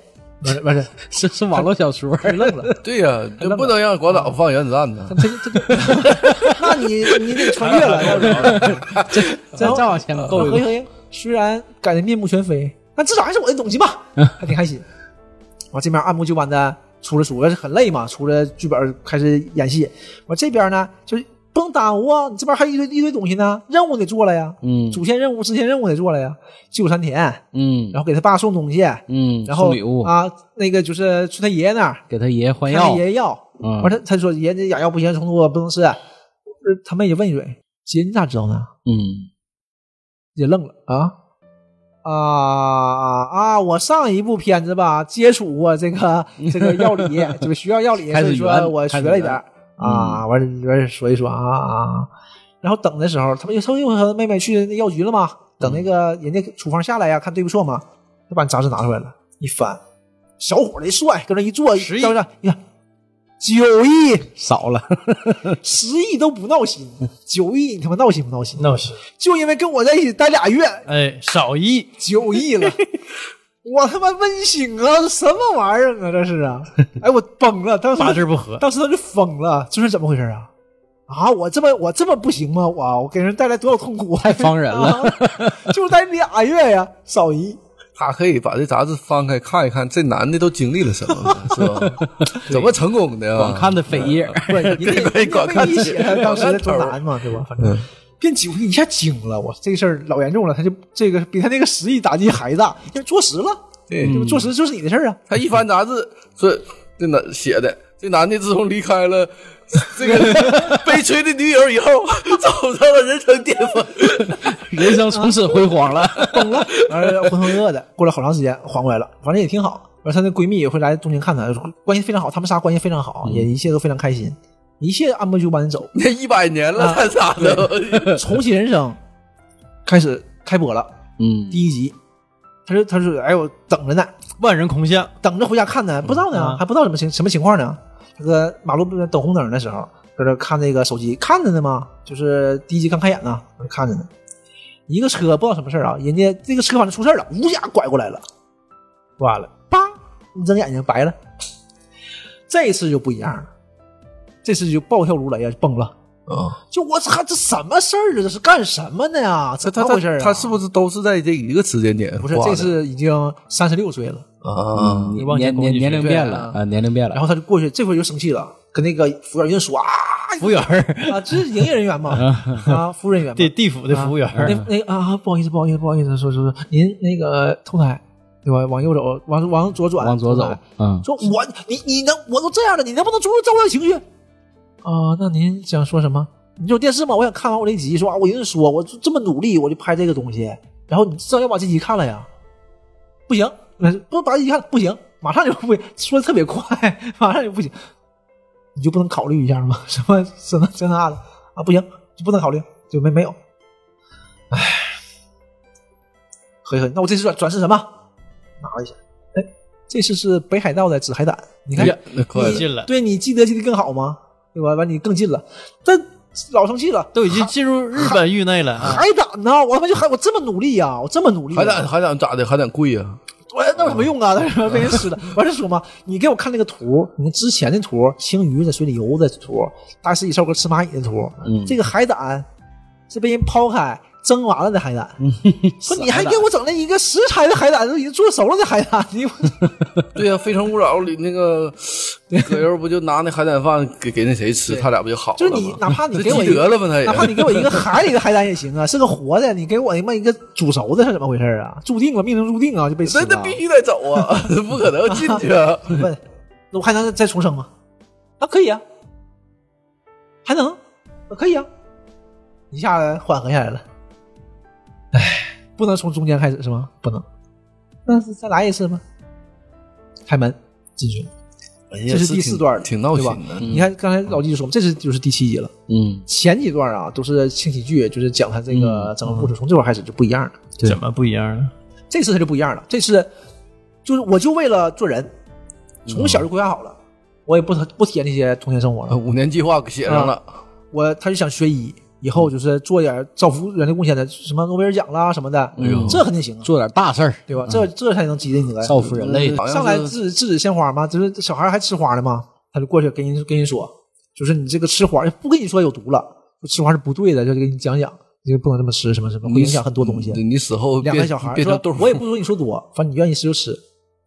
完事完事，这是网络小说，他愣了。对呀，就不能让广岛放原子弹呢。这这个， 那你你得穿越了，要 不然再再往前我够一合个，影，虽然感觉面目全非，但至少还是我的东西 吧，还挺开心。完这边按部就班的出了书，但是很累嘛，出了剧本开始演戏。完这边呢，就是不能耽误啊，你这边还有一堆一堆东西呢，任务得做了呀，嗯主线任务、支线任务得做了呀，救山田，嗯然后给他爸送东西，嗯，然后送礼物，啊，那个就是去他爷爷那儿，给他爷爷换看他药爷，爷要，嗯完他他说爷爷这眼药不行，冲突不能吃。呃他妹也问一嘴，姐你咋知道呢？嗯也愣了啊啊啊！我上一部片子吧接触过这个这个 药理，就是学校药理，开所始以说圆我学开始了一点圆嗯儿啊。完里边说一说啊啊，然后等的时候，他们又他们又和妹妹去那药局了嘛，等那个嗯人家处方下来呀、看对不错嘛，就把你杂志拿出来了，一翻，小伙儿一帅，搁那一坐，十亿一张你看九亿、少了，十亿都不闹心，九亿你他妈闹心不闹 心？那是，就因为跟我在一起待俩月，哎，少一，九亿了，我他妈温馨啊，什么玩意儿啊，这是啊！哎，我崩了，当时八字不 合，当时他就疯了，这是怎么回事啊？啊，我这么我这么不行吗？我我给人带来多少痛苦啊，太伤人了啊，就待俩月呀，少一他可以把这杂志翻开看一看，这男的都经历了什 么，是吧？怎么成功的光啊？看的扉页，不是，你这个也搞看你写他啊 当时的多难嘛，对吧？反正嗯变九亿一下惊了，我这事儿老严重了，他就这个比他那个十亿打击还大，因为坐实了，对，对吧？坐实就是你的事儿啊。他一翻杂志，说这男写的，这男的自从离开了这个 悲催的女友以后，走上了人生巅峰。，人生从此辉煌了，崩了，完了浑浑噩噩的，过了好长时间缓过来了，反正也挺好。完，她那闺蜜也会来东京看她，关系非常好，她们仨关系非常好，也一切都非常开心，一切按部就班的走那一百年啊了，他咋的？重启人生，开始开播了嗯第一集。她说：“她说，哎呦，等着呢，万人空巷，等着回家看嗯呢，不知道呢，啊还不知道什么情什么情况呢。”她搁马路边等红灯的时候，搁这看那个手机，看着呢嘛，就是第一集刚开演呢，搁这看着呢。一个车不知道什么事儿啊，人家这个车反正出事儿了，呜下拐过来了。完了，叭，你睁眼睛白了。这一次就不一样了，这次就暴跳如雷啊，崩了！啊，就我操，这什么事儿啊？这是干什么呢呀？他 这他怎么回事他啊？他是不是都是在这一个时间点不画是的？这次已经三十六岁了？啊，嗯往前年攻年进去年龄变了对啊啊，年龄变了，然后他就过去，这回就生气了，跟那个服务员一顿说啊服务员 儿，啊，这是营业人 员嘛啊，服务人员嘛地地府的服务员儿，那那个啊，不好意思，不好意思，不好意思，说说说，您那个投胎对吧？往右走，往往左转，往左投走胎，嗯说我你你能我都这样了，你能不能注入照顾情绪？啊、啊那您想说什么？你有电视吗？我想看完我这集，说啊，我一顿说，我这么努力，我就拍这个东西，然后你至少要把这集看了呀。不行，那不把这集看了不行，马上就不行，说的特别快， 马上就不行，你就不能考虑一下吗？ 什么什么这那的啊，不行，就不能考虑，就没没有。唉，嘿嘿，那我这次转转是什么？拿一下，哎，这次是北海道的紫海胆，你看哎呀，那快了，进了，对你记得记得更好吗？对吧？完你更近了，这老生气了，都已经进入日本域内了啊！海胆呢？我他妈就海，我这么努力呀、我这么努力、海胆海胆咋的？海胆贵 呀、我那有什么用嗯啊？那有什么被人 吃的？完事说嘛，你给我看那个图，你之前的图，青鱼在水里游的图，大食蚁兽哥吃蚂蚁的图，嗯这个海胆是被人抛开蒸完了的海胆，嗯 说你还给我整了一个食材的海胆，都已经做熟了的海 胆，你对呀、非诚勿扰》里那个葛优不就拿那海胆饭给给那谁吃，他俩不就好了吗？就是你，哪怕你这给我积一德了个，吧？他也哪怕你给我一个海里的海胆也行啊，是个活的，你给我他妈一个煮熟的是怎么回事啊？注定了，命中注定啊，就被 吃那了。那必须得走啊， 不可能进去啊！问，那我还能再重生吗？啊，可以啊，还能，啊可以啊，一下子缓和下来了。哎，不能从中间开始是吗？不能，那是再来一次吗？开门进去了，这哎是第四段了，挺闹心对吧的。你看刚才老季就说嘛，这是就是第七集了。嗯，前几段啊都是轻喜剧，就是讲他这个整个故事，从这块开始就不一样了。怎么不一样了？这次他就不一样了，这次就是我就为了做人，从小就规划好了，我也不不体验那些童年生活了。呃五年计划给写上啊了，我他就想学医，以后就是做点造福人类贡献的，什么诺贝尔奖啦什么的，哎这肯定行啊，做点大事儿，对吧？这这才能激励你来嗯造福人类。好上来像是制制止鲜花吗？就是小孩还吃花呢吗？他就过去跟人跟人说，就是你这个吃花哎不跟你说有毒了，就吃花是不对的，就给你讲讲，这个不能这么吃，什么什么会影响很多东西。你死后两变个小孩变说成豆，腐 我也不说你说多，反正你愿意吃就吃。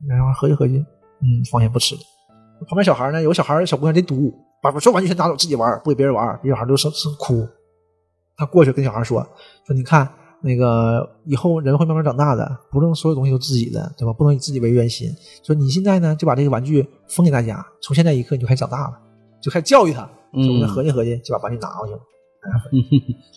然后合计合计，嗯，放心不吃了。旁边小孩呢，有小孩小姑娘真毒，把把所有玩具全拿走，自己玩，不给别人玩，别人小孩都生生哭。他过去跟小孩说说，你看那个以后人会慢慢长大的，不能所有东西都自己的，对吧？不能以自己为圆心。说你现在呢，就把这个玩具分给大家，从现在一刻你就开始长大了，就开始教育他。嗯小姑娘合计合计，就把玩具拿回去了。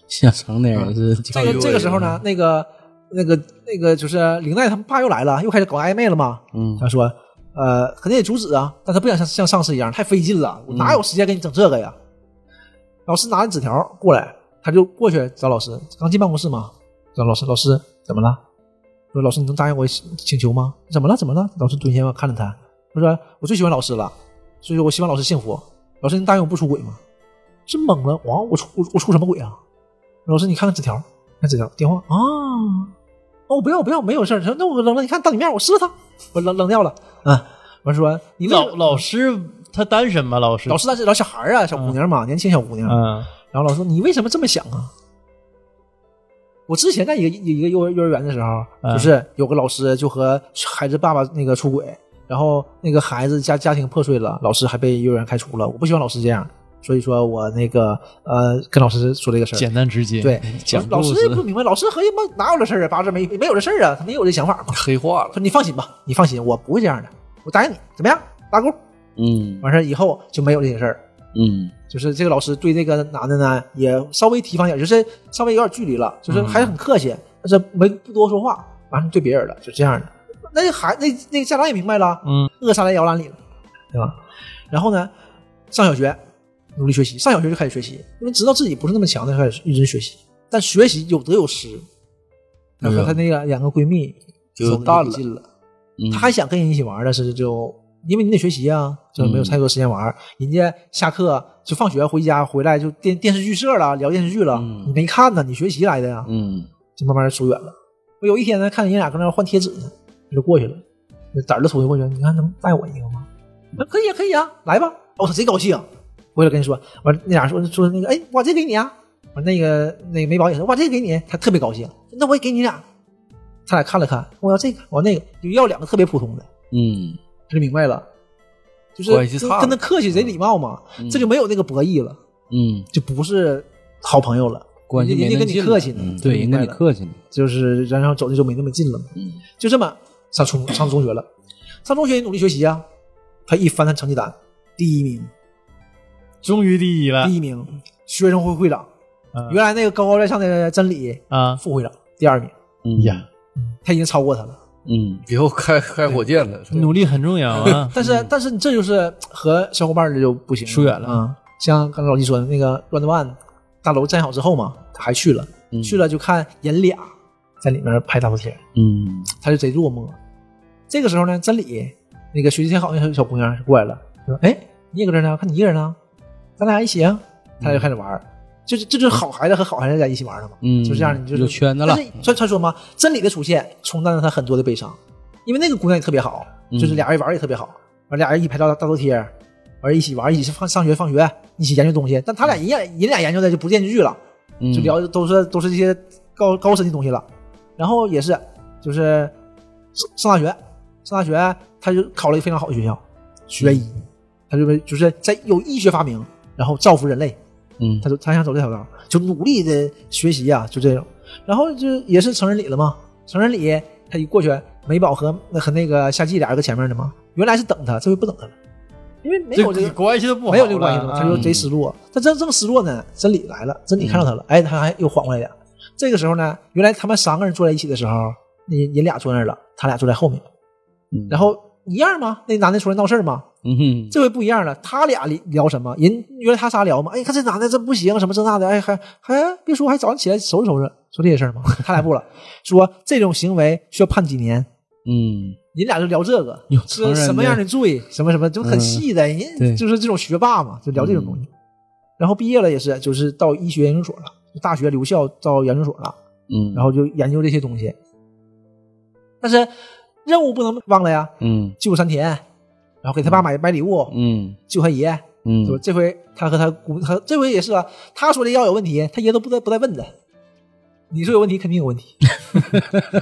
像成那嗯人是这个这个时候呢，那个那个那个就是林奈他们爸又来了，又开始搞暧昧了嘛。嗯他说，呃，肯定得阻止啊，但他不想像像上次一样太费劲了，我哪有时间给你整这个呀？老师拿着纸条过来，他就过去找老师，刚进办公室嘛，找老师，老师怎么了？说老师，你能答应我请求吗？怎么了？怎么了？老师蹲下看着他，他说我最喜欢老师了，所以说我希望老师幸福。老师，您答应我不出轨吗？真懵了，王，我出我我出什么轨啊？老师，你看看纸条，看纸条，电话啊。哦，不要不要，没有事儿。说那我扔了，你看当你面，我试试它，我扔扔掉了。啊，我说你为什么老老师他单身吗？老师，老师，但是老小孩儿啊，小姑娘嘛，年轻小姑娘。嗯，然后老师说：“你为什么这么想啊？”我之前在一个一个幼儿幼儿园的时候，嗯就是有个老师就和孩子爸爸那个出轨，然后那个孩子家家庭破碎了，老师还被幼儿园开除了。我不希望老师这样，所以说我那个呃跟老师说这个事儿。简单直接，对，讲老故师事也不明白，老师合计嘛哪有这事儿啊？八字没没有这事儿啊，他没有这想法嘛。黑化了。说你放心吧，你放心，我不会这样的，我答应你，怎么样？拉钩，嗯完事儿以后就没有这些事儿。嗯就是这个老师对这个男的呢，也稍微提防点，就是稍微有点距离了，就是还是很客气，但是没不多说话，完了对别人了，就这样的。那孩那那个家长也明白了，嗯，扼杀在摇篮里了，对吧？然后呢，上小学努力学习，上小学就开始学习，因为知道自己不是那么强的，开始认真学习，但学习有得有失。然后她那个两个闺蜜就走得淡比了近了，嗯，他还想跟人一起玩，但是就因为你得学习啊，就没有太多时间玩。嗯人家下课就放学回家，回来就电电视剧社了，聊电视剧了，嗯你没看呢，你学习来的呀，嗯就慢慢疏远了。我有一天呢，看人俩搁那换贴纸呢，我就过去了，就胆儿都突过去了，你看能带我一个吗？那可以啊，可以啊，来吧！我操，贼高兴。回来跟你说，完那俩说说那个，哎，我这给你啊。完那个那个美宝也说，哇，这给你，他特别高兴。那我也给你俩。他俩看了看，我要这个，我要那个，就要两个特别普通的。嗯他就明白了，就是关系就差了跟他客气贼礼貌嘛，这就没有那个博弈了，嗯，就不是好朋友了，关系人家没跟那你劲客气了呢，嗯对，人跟你气，客气呢，就是然后走的就没那么近了嘛，嗯就这么上初上中学了，上中学也努力学习啊，他一翻他成绩单，第一名，终于第一了第一名，学生会会长，啊嗯原来那个高高在上的真理啊！副会长，第二名，嗯呀，他已经超过他了。！嗯以后开开火箭了，努力很重要啊 但是但是你这就是和小伙伴儿就不行，疏远了啊。像刚才老季说的那个 Round One 大楼建好之后嘛，他还去了，去了就看人俩啊在里面拍大头贴，嗯他就贼落寞。这个时候呢，真理那个学习挺好那小小姑娘就过来了，说：“哎，你也搁这儿呢？看你一个人呢，咱俩一起啊！”他俩就开始玩儿，就是这就是好孩子和好孩子在一起玩儿的嘛，嗯，就是这样，你就有圈子了但，是他他说嘛，真理的出现冲淡了他很多的悲伤，因为那个姑娘也特别好，就是嗯俩人玩儿也特别好，完俩人一拍照大头贴，完一起玩儿，一起上上学放学，一起研究东西。但他俩人家人俩研究的就不是电视剧了，嗯就聊的都是都是这些高高深的东西了。然后也是就是上上大学，上大学他就考了一个非常好的学校，学医，他就就是在有医学发明，然后造福人类。嗯他就他想走这条道儿，就努力的学习啊，就这种。然后就也是成人礼了嘛，成人礼他一过去，美宝和和那个夏季俩人搁前面呢嘛，原来是等他，这回不等他了，因为没有这这个关系都不好了，没有这个关系了，他就嗯贼失落。他正正失落呢，真理来了，真理看到他嗯了，哎，他还又缓过来点。这个时候呢，原来他们三个人坐在一起的时候，那人俩坐那儿了，他俩坐在后面，嗯然后一样吗？那男的出来闹事儿吗？嗯哼这回不一样了，他俩聊聊什么？人原来他仨聊嘛，哎，看这男的这不行，什么这那的，哎，还还别说，还早上起来收拾收拾，说这些事儿吗？他俩不了，说这种行为需要判几年。嗯人俩就聊这个，成说人的嗯什么样的罪，什么什么，就很细的，人、对嗯就是这种学霸嘛，就聊这种东西。然后毕业了也是，就是到医学研究所了，就大学留校到研究所了，嗯，然后就研究这些东西。但是任务不能忘了呀，嗯救山田，然后给他爸买买礼物，嗯救他爷，嗯是吧？这回他和他姑，他这回也是啊，他说的药有问题，他爷都不带不带问的。你说有问题，肯定有问题。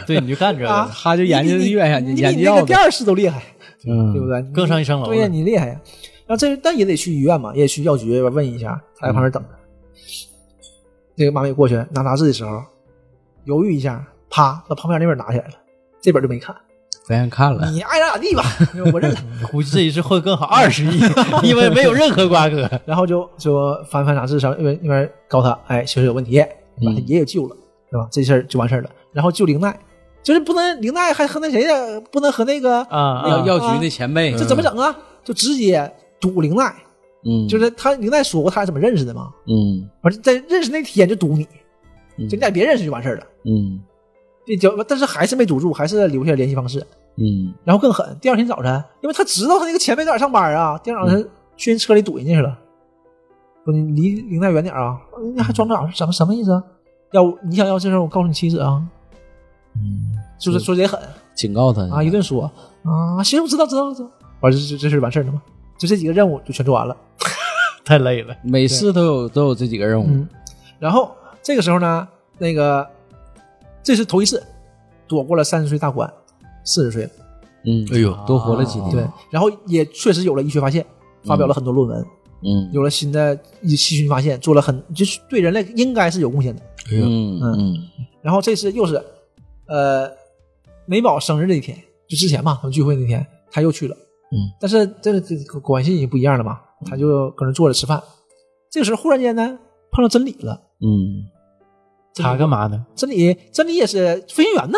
对，你就干这啊个，他就研究你院研你究比研你究那药个第的，二世都厉害，对不嗯对？更上一层楼对呀，了。你厉害呀。然后这但也得去医院嘛，也得去药局问一下，他在旁边等着。这个妈咪过去拿杂志的时候，犹豫一下，啪，把旁边那本拿起来了，这本就没看。咱先看哎了，你爱咋咋地吧， 我认了。估计这一次会更好，二 十亿，因为没有任何瓜葛。然后就就翻翻杂志上，那边那边告他，哎，确实有问题，嗯把他爷爷救了，对吧？这事儿就完事儿了。然后救玲奈，就是不能玲奈还和那谁的，不能和那个，啊药啊药局那前辈，这怎么整啊？就直接堵玲奈，嗯，就是他玲奈说过他俩怎么认识的嘛，嗯完了在认识那天就堵你，嗯就你俩别认识就完事儿了。嗯这叫，但是还是没堵住，还是留下联系方式。嗯然后更狠，第二天早晨，因为他知道他那个前辈在哪儿上班啊，第二嗯天早晨去人车里堵人家去了，说你离林奈远点啊，那还装傻，什么什么意思啊？要不你想要这事儿，我告诉你妻子啊，嗯，就是说贼狠警告他啊，一顿说啊，行，我知道知道知道，完了这这这事儿完事儿了吗？就这几个任务就全做完了，太累了，每次都有都有这几个任务嗯，然后这个时候呢，那个这是头一次躲过了三十岁大关，四十岁了。嗯，哎呦多活了几年，对，然后也确实有了医学发现，发表了很多论文，嗯有了新的一细菌发现，做了很就是对人类应该是有贡献的。哎嗯嗯然后这次又是，呃，美宝生日那天，就之前嘛，他们聚会那天他又去了，嗯，但是这个这个关系已经不一样了嘛，他就搁那坐着吃饭，这个时候忽然间呢碰到真理了，嗯他干嘛呢？真理真理也是飞行员呢，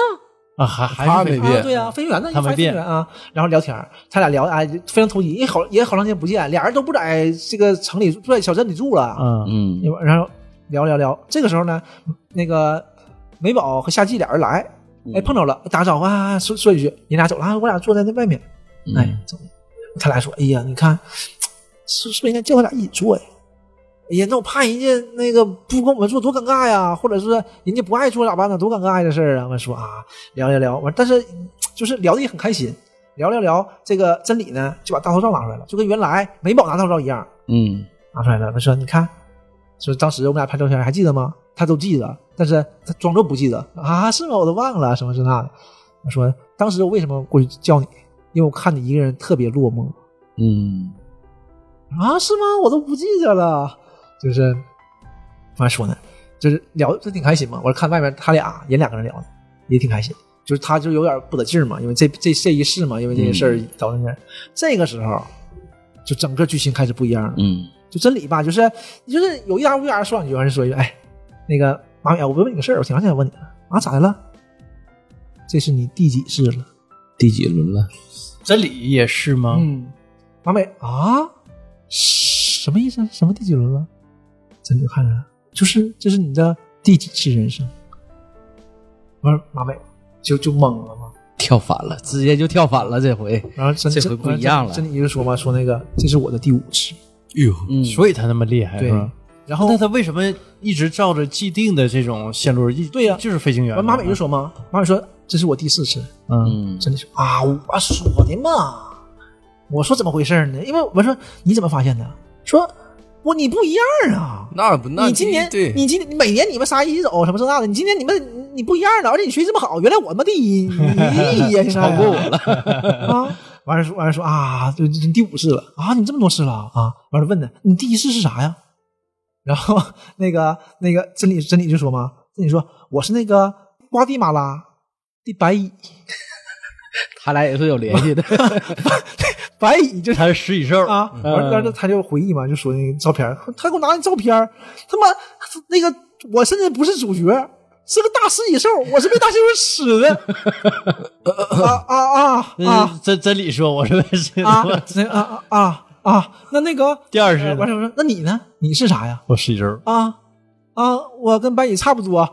啊，还他还是没没变啊，对啊，飞行员呢，嗯他没一发现飞行员啊，然后聊天儿，他俩聊啊，哎非常投机，也好也好长时间不见，俩人都不在这个城里，住在小镇里住了，嗯嗯一会儿然后聊聊聊，这个时候呢，那个美宝和夏季俩人来，嗯哎，碰着了，打招呼啊，说说一句，你俩走了啊，我俩坐在那外面，嗯哎，走，他俩说，哎呀，你看，是是不是应该叫他俩一起坐呀？哎呀，那我怕人家那个不跟我们做多尴尬呀，或者是人家不爱做咋办呢？多尴尬呀，这事儿啊！我说啊，聊聊聊，完，但是就是聊的也很开心，聊聊聊，这个真理呢就把大头照拿出来了，就跟原来美宝拿大头照一样，嗯拿出来了。他说：“你看，说当时我们俩拍照片，还记得吗？”他都记得，但是他装作不记得啊，是吗？我都忘了什么这那的。我说：“当时我为什么过去叫你？因为我看你一个人特别落寞嗯啊，是吗？我都不记得了。”就是，完说呢，就是聊这挺开心嘛。我看外面他俩人俩搁那聊呢，也挺开心。就是他就有点不得劲儿嘛，因为这这这一世嘛，因为这些事儿导致那样。这个时候，就整个剧情开始不一样了。嗯就真理吧，就是就是有一搭无一搭说两句，完事说一句，哎，那个妈咪，我问你个事儿，我挺长时间问你了，啊，咋的了？这是你第几世了？第几轮了？真理也是吗？嗯，妈咪啊，什么意思？什么第几轮了？真的看着，就是这是你的第几次人生？我说妈美就就懵了嘛。跳反了，直接就跳反了这回。然后真这回不一样了真你就说嘛，说那个这是我的第五次，哟，嗯，所以他那么厉害，对是吧？然后那他为什么一直照着既定的这种线路？一对呀就是飞行员完嘛。马美就说嘛，马美说这是我第四次，嗯，嗯，真的是啊，我说的嘛，我说怎么回事呢？因为我说你怎么发现的？说我你不一样啊，那不那你今年对你今年每年你们仨一起走什么这那的，你今年你们你不一样了，而且你学习这么好，原来我他妈第一，你呀， 超过我了啊！完了说完了说啊，就就第五次了啊，你这么多次了啊！完了问他，你第一次是啥呀？ 然后那个那个真理真理就说嘛，真理说我是那个瓜地马拉的白蚁，他俩也是有联系的。白蚁就是。他是食蚁兽，啊，嗯完了当时他就回忆嘛，就说那个照片儿，他给我拿那照片儿，他妈那个我甚至不是主角，是个大食蚁兽，我是被大食蚁兽吃的，啊啊啊嗯啊真真理说，我说是啊，那啊啊啊啊，那那个第二是呃完事儿我说，那你呢？你是啥呀？ 我食蚁兽，啊啊，我跟白蚁差不多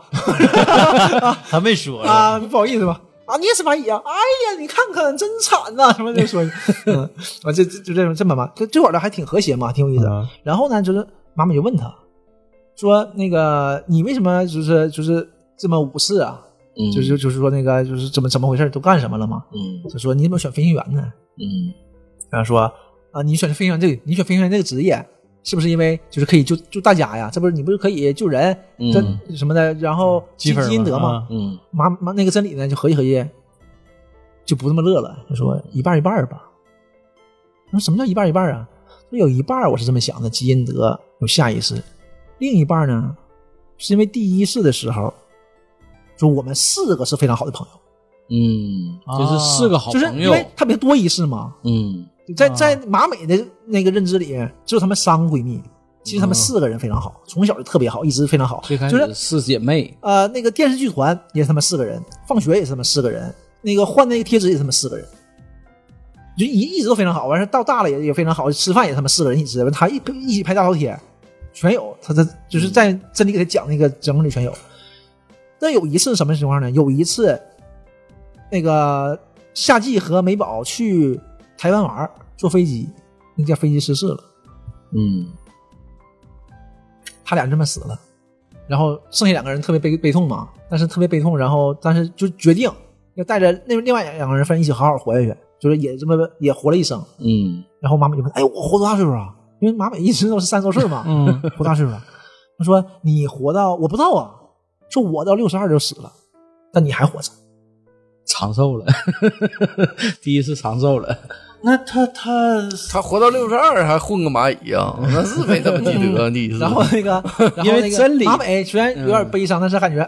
他没说啊，不好意思吧。啊，你也是白蚁啊！哎呀，你看看，真惨呐、什么就说，嗯，完这这就这种这么嘛，这这会儿的还挺和谐嘛，挺有意思。啊嗯然后呢，就是妈妈就问他，说那个你为什么就是就是这么五次啊？嗯 就就就是说那个就是怎么怎么回事？都干什么了嘛？嗯他说你怎么选飞行员呢？嗯然后说啊，你选飞行员这个，你选飞行员这个职业，是不是因为就是可以救救大家呀？这不是你不是可以救人嗯这什么的？然后积积分积阴德嘛？嘛，嗯妈妈那个真理呢，就合计合计，就不那么乐了，就说一半儿一半儿吧。那什么叫一半儿一半儿啊？说有一半儿我是这么想的，基因德有下意识；另一半儿呢，是因为第一次的时候，说我们四个是非常好的朋友，嗯，就是四个好啊就是朋因友。为他别多一次嘛。嗯在啊在马美的那个认知里，只有她们三个闺蜜，其实嗯她们四个人非常好，从小就特别好，一直非常好。最开就是始四姐妹，呃，那个电视剧团也是他们四个人，放学也是他们四个人，那个换那个贴纸也是他们四个人，就一一直都非常好。完事儿到大了也也非常好，吃饭也是他们四个人一直，他一一起拍大头贴，全有。他他就是在真理给他讲那个节目里全有。但有一次什么情况呢？有一次，那个夏季和美宝去台湾玩儿，坐飞机，那架飞机失事了。嗯他俩就这么死了，然后剩下两个人特别悲悲痛嘛，但是特别悲痛，然后但是就决定要带着那另外两个人，反正一起好好活下去，就是也这么也活了一生。嗯然后妈妈就问：“哎，我活多大岁数啊？”因为妈妈一直都是三十多岁嘛，嗯，活大岁数了。他说：“你活到我不知道啊，说我到六十二就死了，但你还活着。长寿了， 第一次长寿了。那他他他活到六十二还混个蚂蚁啊，那是没这么积德的意思。然后 那个，然后嗯因为那个真理嗯马美虽然有点悲伤，但是感觉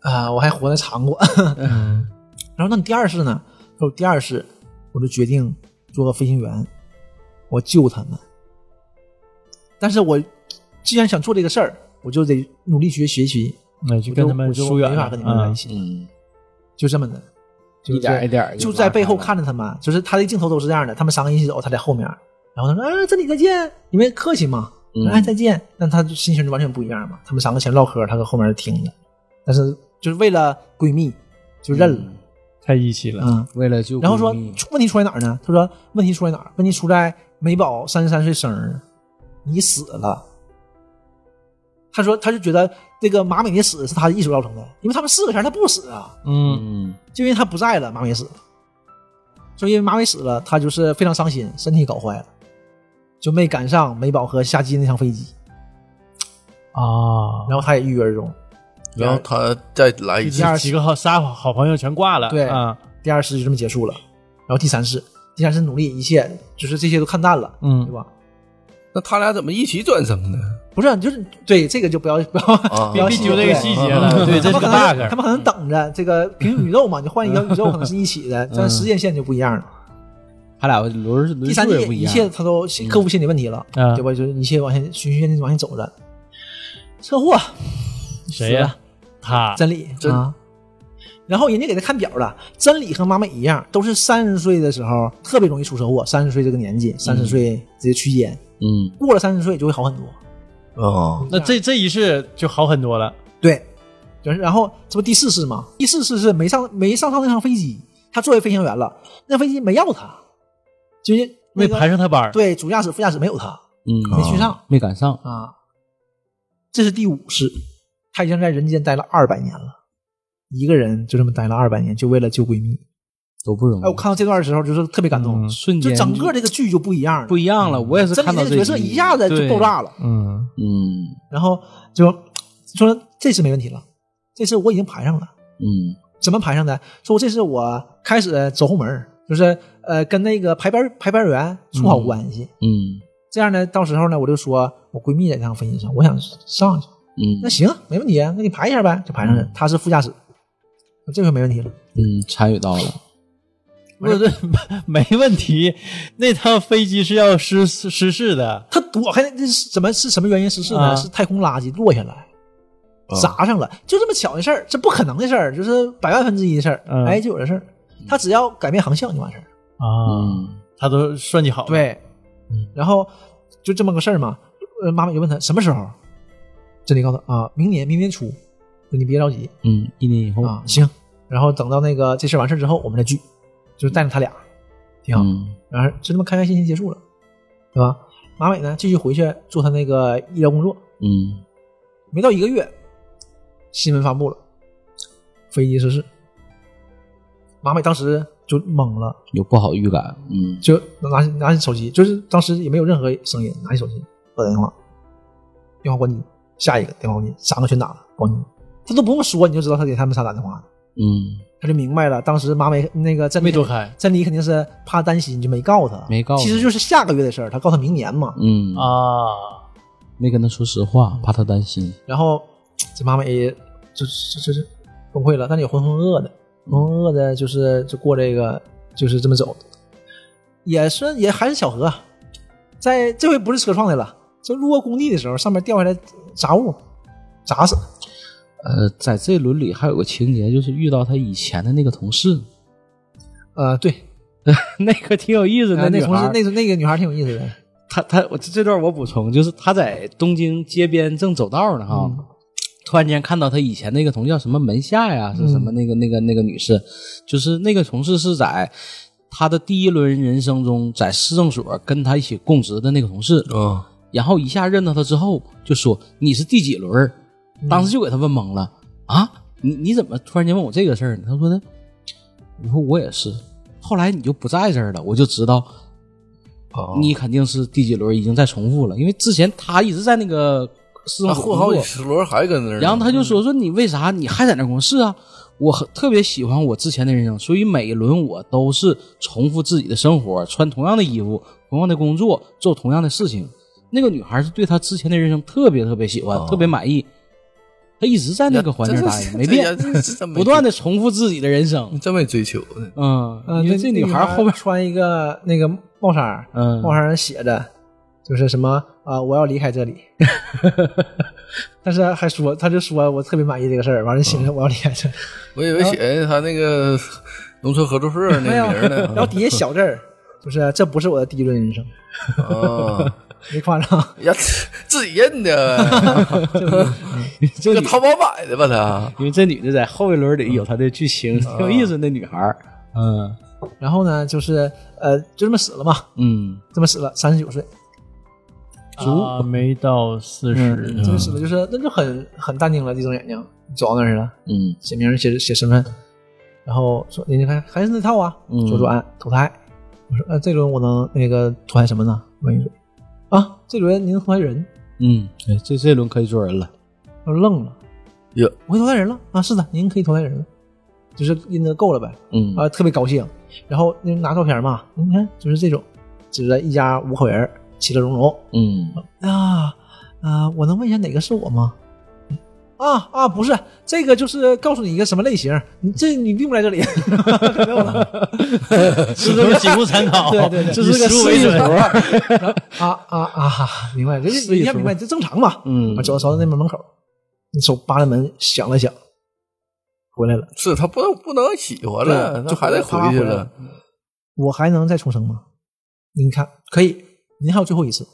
啊、我还活得长过。嗯 然后那你第二次呢？说第二次我就决定做个飞行员，我救他们。但是我既然想做这个事儿，我就得努力学学习，那就我就跟他们我就疏远没法了，跟你们在一嗯起，嗯，就这么的，就一点这一点就在背后看。看着他们，就是他的镜头都是这样的，他们三个一起走，他在后面，然后他说：“啊，这里再见，因为客气嘛，嗯哎，再见。”但他就心情就完全不一样嘛，他们三个前唠嗑，他搁后面听着，但是就是为了闺蜜就认了，太义气了，嗯。为了救闺蜜，然后说问题出在哪儿呢？他说问题出在哪儿？问题出在美宝三十三岁生日，你死了。他说他就觉得这个马美的死是他的艺术造成的，因为他们四个人他不死啊，嗯，嗯就因为他不在了，马尾死了。就因为马尾死了，他就是非常伤心，身体搞坏了，就没赶上美宝和夏姬那趟飞机，啊，然后他也郁郁而终。然后他再来一次第，二几个好仨好朋友全挂了，对啊，第二次就这么结束了，然后第三次，第三次努力，一切就是这些都看淡了，嗯对吧？那他俩怎么一起转生的？不是，啊就是对这个就不要不要、啊不要别细揪这个细节了，对，这他是个们可能 bug，哦他们可能等着这个平行宇宙嘛，你换一个宇宙可能是一嗯起的，但时间线就不一样了。他俩轮轮第三顺也季不一一样，切他都心克服心理问题了，嗯对吧？就是一切往前循序渐进往前走着。车祸，啊谁呀死？他了？真理真啊。然后人家给他看表了，真理和妈美一样，都是三十岁的时候特别容易出车祸。三十岁这个年纪，三十岁这个区间，嗯过了三十岁就会好很多。啊，那这这一世就好很多了，对，然然后这不第四次吗？第四次是没上没上上那趟飞机，他作为飞行员了，那飞机没要他，就是没那个排上他班儿，对主驾驶副驾驶没有他嗯，没去上没赶上，啊。这是第五次，他已经在人间待了二百年了，一个人就这么待了二百年，就为了救闺蜜。都不容易。哎，我看到这段的时候就是特别感动，嗯瞬间就整个这个剧就不一样了，不一样了。我也是真理看到那个这角色集嗯一下子就对爆炸了。嗯，嗯然后就说这次没问题了，这次我已经排上了。嗯怎么排上的？说这是我开始走后门儿，就是呃跟那个排班排班员处好关系。嗯这样呢，到时候呢，我就说我闺蜜在这趟飞机上，我想上去。那嗯行，没问题啊，那你排一下呗，就排上了。她是副驾驶，这回没问题了。嗯，参与到了。不对， 没问题。那趟飞机是要失失事的，她躲开那是怎么是什么原因失事呢？啊是太空垃圾落下来。砸上了，就这么巧的事儿，这不可能的事儿，就是百万分之一的事儿，嗯哎，就有的事儿。她只要改变航向就完事儿。啊，嗯他都算计好了。对，嗯然后就这么个事儿嘛。呃，妈妈就问他什么时候，这里告诉他啊，明年明年初，你别着急嗯，一年以哦后啊，行。然后等到那个这事儿完事儿之后，我们再聚，就是带着他俩，挺好。嗯然后就这么开开心心结束了，对吧？马美呢，继续回去做他那个医疗工作，嗯没到一个月，新闻发布了，飞机失事。马美当时就懵了，有不好预感。嗯就拿起拿起手机，就是当时也没有任何声音，拿起手机拨打电话，电话关机，下一个电话关机，三个全打了，关机。他都不用说，你就知道他给他们仨打电话了，嗯，他就明白了。当时马美那个真没躲开真理肯定是怕担心，就没告他，没告其实他就是下个月的事儿，他告他明年嘛。嗯，啊，没跟他说实话，怕他担心。然后这马美就就就就崩溃了，但是也浑浑噩噩的，浑浑噩噩的，就是就过这个，就是这么走，也算也还是巧合，在这回不是车撞的了，就路过工地的时候，上面掉下来杂物，砸死了，呃，在这轮里还有个情节，就是遇到他以前的那个同事，呃，对， 啊那个挺有意思呃的。那女同孩事儿那那个女孩挺有意思的，他他我这段我补充，就是他在东京街边正走道呢哈，突然间看到他以前那个同事叫什么门下呀，是什么那个、那个那个女士，就是那个同事是在他的第一轮人生中，在市政所跟他一起供职的那个同事，啊，然后一下认到他之后，就说你是第几轮儿？当时就给他问懵了啊！你你怎么突然间问我这个事儿呢？他说的，我说我也是。后来你就不在这儿了，我就知道哦你肯定是第几轮已经在重复了，因为之前他一直在那个市政那府混工好作几，十轮还跟那儿呢，然后他就说说你为啥你还在那儿工作？是啊，我很特别喜欢我之前的人生，所以每一轮我都是重复自己的生活，穿同样的衣服，同样的工作，做同样的事情。那个女孩是对她之前的人生特别特别喜欢，特别满意，她一直在那个环境待着，没变，不断的的重复自己的人生。真没追求呢。嗯，呃，因那为这那女孩后面，穿一个那个帽衫儿，嗯帽衫上写着就是什么啊、我要离开这里，但是还说，他就说我特别满意这个事儿，完了寻思我要离开这里，我以为写哎他那个农村合作社那没有，名儿 然后呢。底下小字儿就是这不是我的第一轮人生，啊，没夸张，呀，自己印的呗，这这女淘宝买的吧？他因为这女的在后一轮里有她的剧情，挺有意思。那女孩儿，嗯然后呢就是呃就这么死了嘛，嗯，这么死了，三十九岁，啊，没到四十，这么死了就是那就很很淡定了，一睁眼睛走到那儿去了。嗯写名儿写写身份，然后说人家还还是那套啊，嗯说说俺投胎，我说呃这轮我能那个投胎什么呢？问一嘴啊，这轮您投胎人，嗯，哎，这这轮可以做人了。我愣了，哟，我可以投胎人了啊，是的，您可以投胎人了，就是印的够了呗，嗯啊，特别高兴，然后那拿照片嘛，你看就是这种，指着一家五口人其乐融融嗯啊啊，我能问一下哪个是我吗？啊啊，不是，这个就是告诉你一个什么类型，你这你并不在这里，是这么仅供参考，对对对这是以个实物思为维准准。 啊啊啊！明白，人家是一人家出明白，这正常嘛。嗯我走走到那门门口，你手扒拉门响了响，回来了。是他不能不能喜欢了，对他还得回去了。我还能再重生吗？你嗯看，可以，您还有最后一次。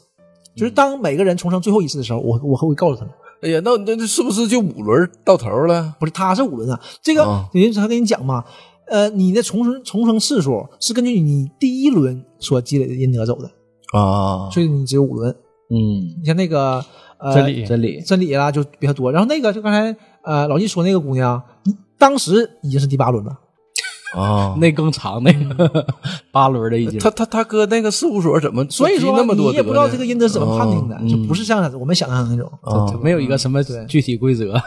就是当每个人重生最后一次的时候，我我会告诉他们，哎呀，那那那是不是就五轮到头了？不是，他是五轮啊。这个哦人家他跟你讲嘛，呃，你的重生重生次数是根据你第一轮所积累的阴德走的，啊，所以你只有五轮。嗯，你像那个呃真理真理，真理啦，就比较多。然后那个就刚才呃老季说那个姑娘，当时已经是第八轮了，啊，那更长那个嗯八轮的已经，他他他搁那个事务所怎么所以积说那么多你也德不知道呢这个阴德是怎么判定的，哦嗯就不是像我们想象的那种。啊没有一个什么对具体规则，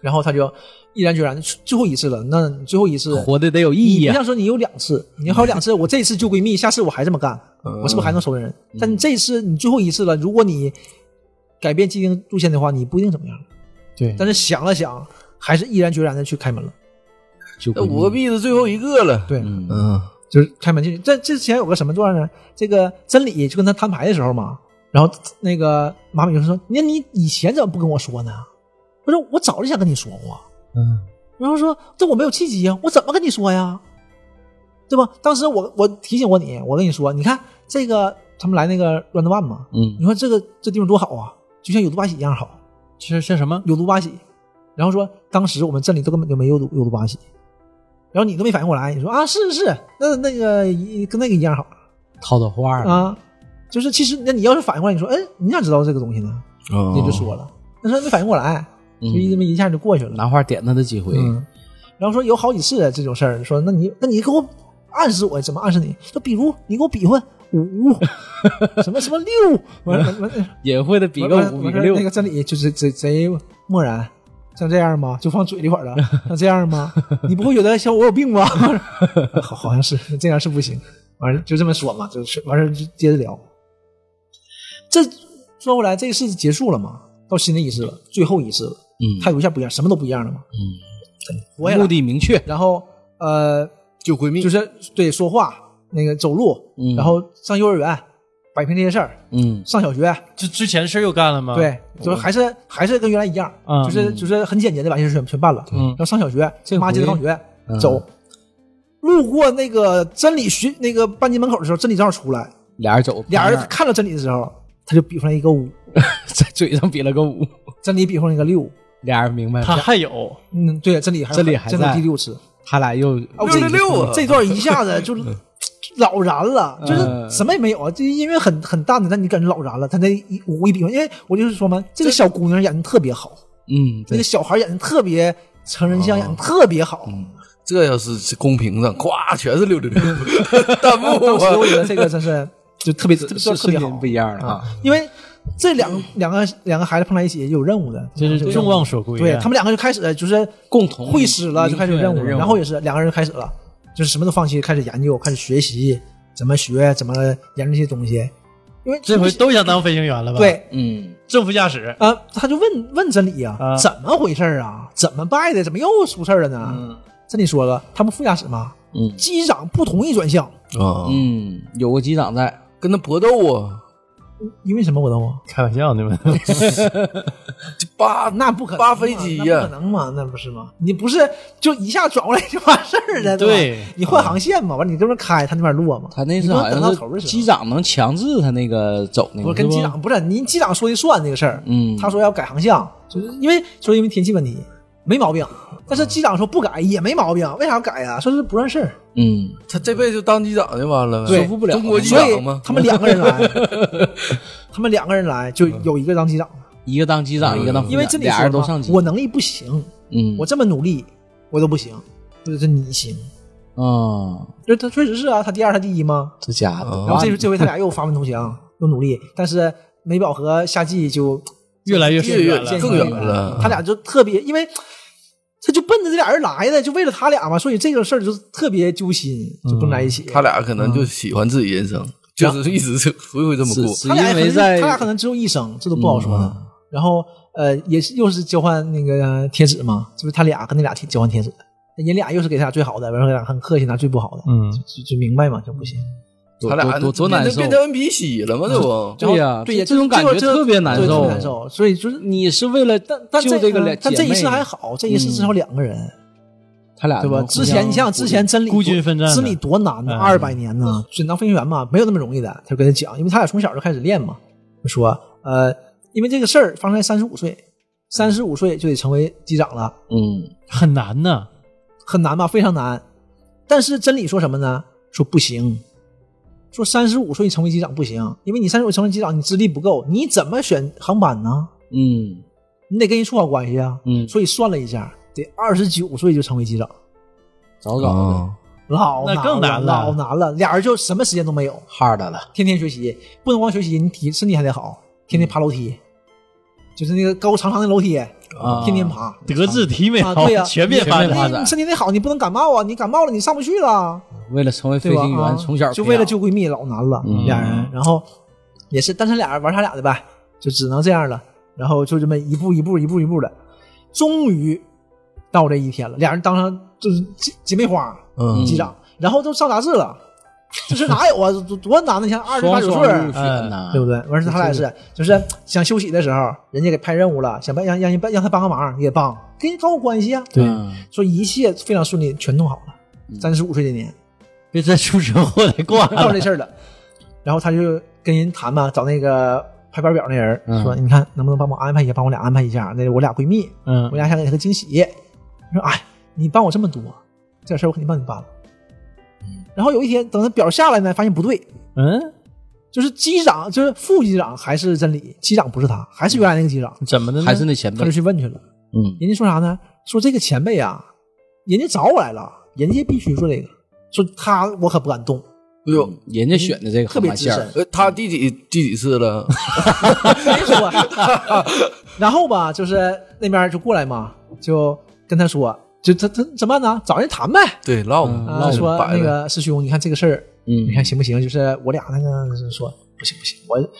然后他就毅然决然最后一次了，那最后一次 活的得有意你义不啊。像说你有两次，你还有两次，我这次救闺蜜，下次我还这么干，嗯我是不是还能收人？但你这次你最后一次了，如果你改变既定路线的话，你不一定怎么样。嗯对，但是想了想，还是毅然决然的去开门了。就那五个币的最后一个了，对，嗯，就是开门进去。这这之前有个什么段呢？这个真理就跟他摊牌的时候嘛，然后那个马美就说：“那你以前怎么不跟我说呢？”我说：“我早就想跟你说过。”嗯，然后说：“这我没有契机啊呀，我怎么跟你说呀？对吧？当时我我提醒过你，我跟你说，你看这个他们来那个 round one 嘛，嗯你说这个这地方多好啊，就像有毒巴喜一样好，是像什么？有毒巴喜。”然后说当时我们镇里都根本就没有毒有毒巴喜。然后你都没反应过来，你说啊是是，那那个一跟那个一样好，套的花儿，啊，就是其实那你要是反应过来，你说，哎，你咋知道这个东西呢？哦你就说了，那说没反应过来，就嗯这么一下就过去了。拿花点他的机会，嗯，然后说有好几次这种事儿，说那你那你给我暗示我怎么暗示你？就比如你给我比划五，什么什么六，完完完隐晦的比个完五，完比个六那，个真理就是贼贼漠然。像这样吗？就放嘴里块 儿了，像这样吗？你不会觉得像我有病吧？好，好像是这样是不行。完事儿就这么说嘛，就是完事儿就接着聊。这说回来，这个事结束了嘛？到新的仪式了，最后仪式了，嗯态度一下不一样，什么都不一样了嘛。嗯，我也目来，的明确，然后呃，就闺蜜就是对说话，那个走路，嗯然后上幼儿园，摆平这些事儿，嗯上小学，这之前事儿又干了啊吗？对，就是还是还是跟原来一样，嗯就是就是很简洁的把这事全全办了。嗯然后上小学，这妈回嗯接着放学走，路过那个真理学那个班级门口的时候，真理正好出来，俩人走，俩人 旁边看到真理的时候，他就比划了一个五，在嘴上比了个五，真理比划了一个六， 俩人明白他了，还有嗯，对，真理还真理还真理在第六次，他俩又啊六六六啊这段一下子就嗯老燃了，就是什么也没有啊，就因为很很淡的，但你感觉老燃了。他那一五一比划，因为我就是说嘛，这个小姑娘演的特别好，嗯，那对个小孩演的特别成人哦像，演的特别好。嗯这要是是公屏上，咵全是六六六，弹幕 当时我啊，觉得这个真是就特别这这特瞬别间好不一样了啊，因为这两两个两个孩子碰在一起也有任务的，这是众望所归啊。对他们两个就开始就是共同会师了，就开始有任务明确的任了，务然后也是两个人开始了，就是什么都放弃，开始研究，开始学习怎么学，怎么研究这些东西，因为这回都想当飞行员了吧？，对。嗯，正副驾驶。呃，他就问问真理呀、啊怎么回事儿啊？怎么败的？怎么又出事儿了呢？嗯真理说了，他们副驾驶嘛，嗯机长不同意转向，嗯，有个机长在，跟他搏斗啊，因为什么我都啊？开玩笑，你们这八那不可能啊扒飞机那呀不可能嘛，那不是吗？你不是就一下转过来就完事儿了？对吧，你换航线嘛，完你这边开，他那边落嘛。他那你次不能好等到像头儿的是时候机，长能强制他那个走那个，不是跟是机不长不是，您机长说的算这个事儿。嗯他说要改航向，就是因为说因为天气问题，没毛病。但是机长说不改也没毛病，为啥改呀、说是不让事儿，嗯，他这辈子就当机长就完了呗，对说服不了中国机所以长吗？他们两个 人来，他们两个人来就有一个当机长，一个当机长，一个当副因为机这长里嗯俩说人都嘛上机，我能力不行，嗯，我这么努力我都不行，就是你行。嗯，就是他确实是啊，他第二，他第一吗？这家伙，哦然后这回这回他俩又发愤图强，又努力，但是美宝和夏季就 越来越渐越远行渐啊更远远了他俩就特别，因为他就奔着这俩人来的，就为了他俩嘛，所以这个事儿就特别揪心，就不能在一起。嗯他俩可能就喜欢自己人生，就是一直是回回这么只过。只他俩因可能为是在他俩可能只有一生，这都不好说嗯呢。然后呃，也是又是交换那个贴纸嘛，就是他俩跟那俩贴交换贴纸，人俩又是给他俩最好的，然后俩很客气拿最不好的，嗯就就明白嘛，就不行。多他俩多多多难受变，成 NPC 了吗？这不，对呀，对呀，这种个感觉这个特别对特受别，难受。所以就是你是为了但但就这个个俩，但这一姐次妹啊还好，这一次至少两个人，他俩对吧？能之前互你相想想，之前真理孤军奋战的真理多难哎呢，嗯二百年呢，准当飞行员嘛，没有那么容易的。他就跟他讲，因为他俩从小就开始练嘛，就说呃，因为这个事儿发生在三十五岁，三十五岁就得成为机长了，嗯很难呢。很难吧？非常难。但是真理说什么呢？说不行，说三十五岁成为机长不行，因为你三十五成为机长，你资历不够，你怎么选航班呢？嗯你得跟人处好关系啊。嗯，所以算了一下，得二十九岁就成为机长，早早的啊，哦老那难更难了老难了。俩人就什么时间都没有， hard 了，天天学习，不能光学习，你体身体还得好，天天爬楼梯，就是那个高长长的楼梯，啊天天爬。德智体美啊劳对呀全面发全面展，发你展你身体得好，你不能感冒啊！你感冒了，你上不去了。为了成为飞对吧？行啊员，从小就培为了养救闺蜜老难了，嗯俩人，然后也是，但是俩人玩他俩的呗，就只能这样了，然后就这么一步一步一步一步的，终于到这一天了，俩人当上就是姐姐妹花，嗯机长，然后都上杂志了，这事哪有啊？多多难的，像二十八双九岁呃双入儿。选呐，对不对？完事他俩也是，就是想休息的时候，人家给派任务了，想帮让让人帮让他帮个忙，你也帮，跟人搞好关系啊。对，说一切非常顺利，全弄好嗯了。三十五岁那年，别再出车祸来挂到了。这事儿了，然后他就跟人谈嘛，找那个排班表那人儿嗯说：“你看能不能帮我安排一下，帮我俩安排一下？那我俩闺蜜，嗯我，俩想给她个惊喜。”说：“哎，你帮我这么多，这事儿我肯定帮你办了。”然后有一天等他表下来呢，发现不对，嗯，就是机长，就是副机长还是真理，机长不是他，还是原来那个机长，怎么的呢？还是那前他辈就，去问去了。嗯人家说啥呢？说这个前辈啊，人家找我来了，人家必须做这个。说他我可不敢动，哎呦，嗯人家选的这个特航别班资线深儿，。呃他第几第几次了？没说。然后吧，就是那边就过来嘛，就跟他说，就他他怎么办呢？找人谈呗。 对，唠吧，啊，唠说吧，摆那了。个师兄，你看这个事儿，嗯，你看行不行？就是我俩那个就是说不行不行，我人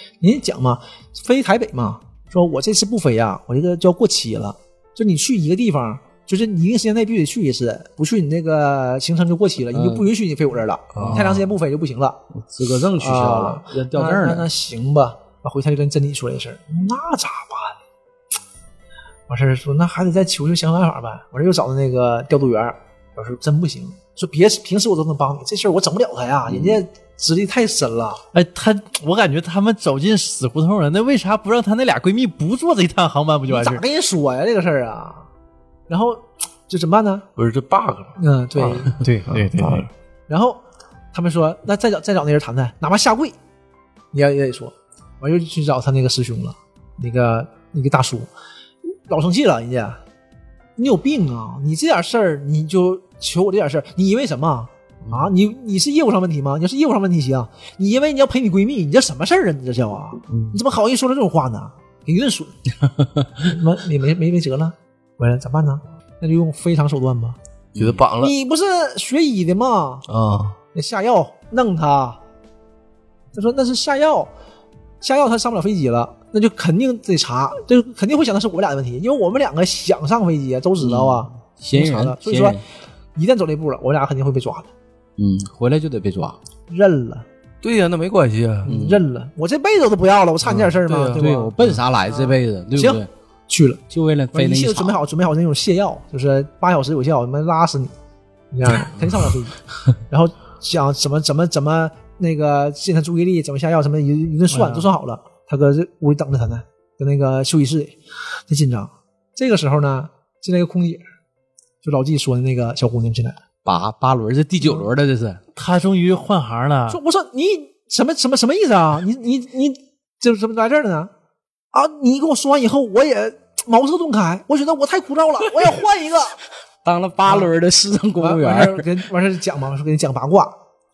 家讲嘛，飞台北嘛，说我这次不飞啊，我这个就要过期了。就你去一个地方，就是你一定时间内必须得去一次，不去你那个行程就过期了，你就不允许你飞我这儿了。你太长时间不飞就不行了。资格证取消了啊，要掉证儿那那了那，行吧，啊，回头就跟珍妮说这事儿，那咋办？完事儿说那还得再求求想办法呗。完事儿又找的那个调度员儿，我说真不行，说别平时我都能帮你，这事儿我整不了他嗯呀，人家资历太深了。哎，他我感觉他们走进死胡同了，那为啥不让他那俩闺蜜不坐这趟航班不就完事咋儿？跟人说呀这个事儿啊？然后就怎么办呢？不是这 bug 嗯吗？嗯，对。对对对对，然后他们说那再找再找那人谈谈，哪怕下跪，你也也得说。完又去找他那个师兄了，那个那个大叔，老生气了，人家，你有病啊！你这点事儿你就求我这点事儿，你因为什么啊？你你是业务上问题吗？你要是业务上问题行，你因为你要陪你闺蜜，你这什么事儿啊？你这叫啊？你怎么好意思说出这种话呢？给一顿损，妈你没没没辙了，完了咋办呢？那就用非常手段吧。给他绑了你不是学医的吗？啊！那下药弄他。他说那是下药，下药他上不了飞机了，那就肯定得查，就肯定会想到是我们俩的问题，因为我们两个想上飞机啊，都知道啊，嗯嫌疑都查人了，所以嫌疑说人，一旦走这一步了，我俩肯定会被抓的，嗯，回来就得被抓，认了，对呀，那没关系啊。嗯认了，我这辈子都不要了，我差你点事儿吗？嗯吧？啊对我奔啥来这辈子，对不对行？去了，就为了完飞一那切都准备场，好，准备好那种泻药，就是八小时有效，他妈拉死你，你这样的肯定上不了飞机。 然后想怎么怎么怎么那个吸引他注意力，怎么下药，什么一一顿哎算、嗯都算好了。他搁这屋里等着他呢，搁那个休息室里，贼紧张。这个时候呢，进来一个空姐，就老纪说的那个小姑娘进来啊了，八八轮，这第九轮的这是，他终于换行了说：“。我说你什么什么什么意思啊？你你你这怎么来这儿了呢？啊，你跟我说完以后，我也茅塞顿开，我觉得我太枯燥了，我要换一个。”当了八轮的市政公务员啊完事儿儿，跟完事儿讲嘛，说给你讲八卦，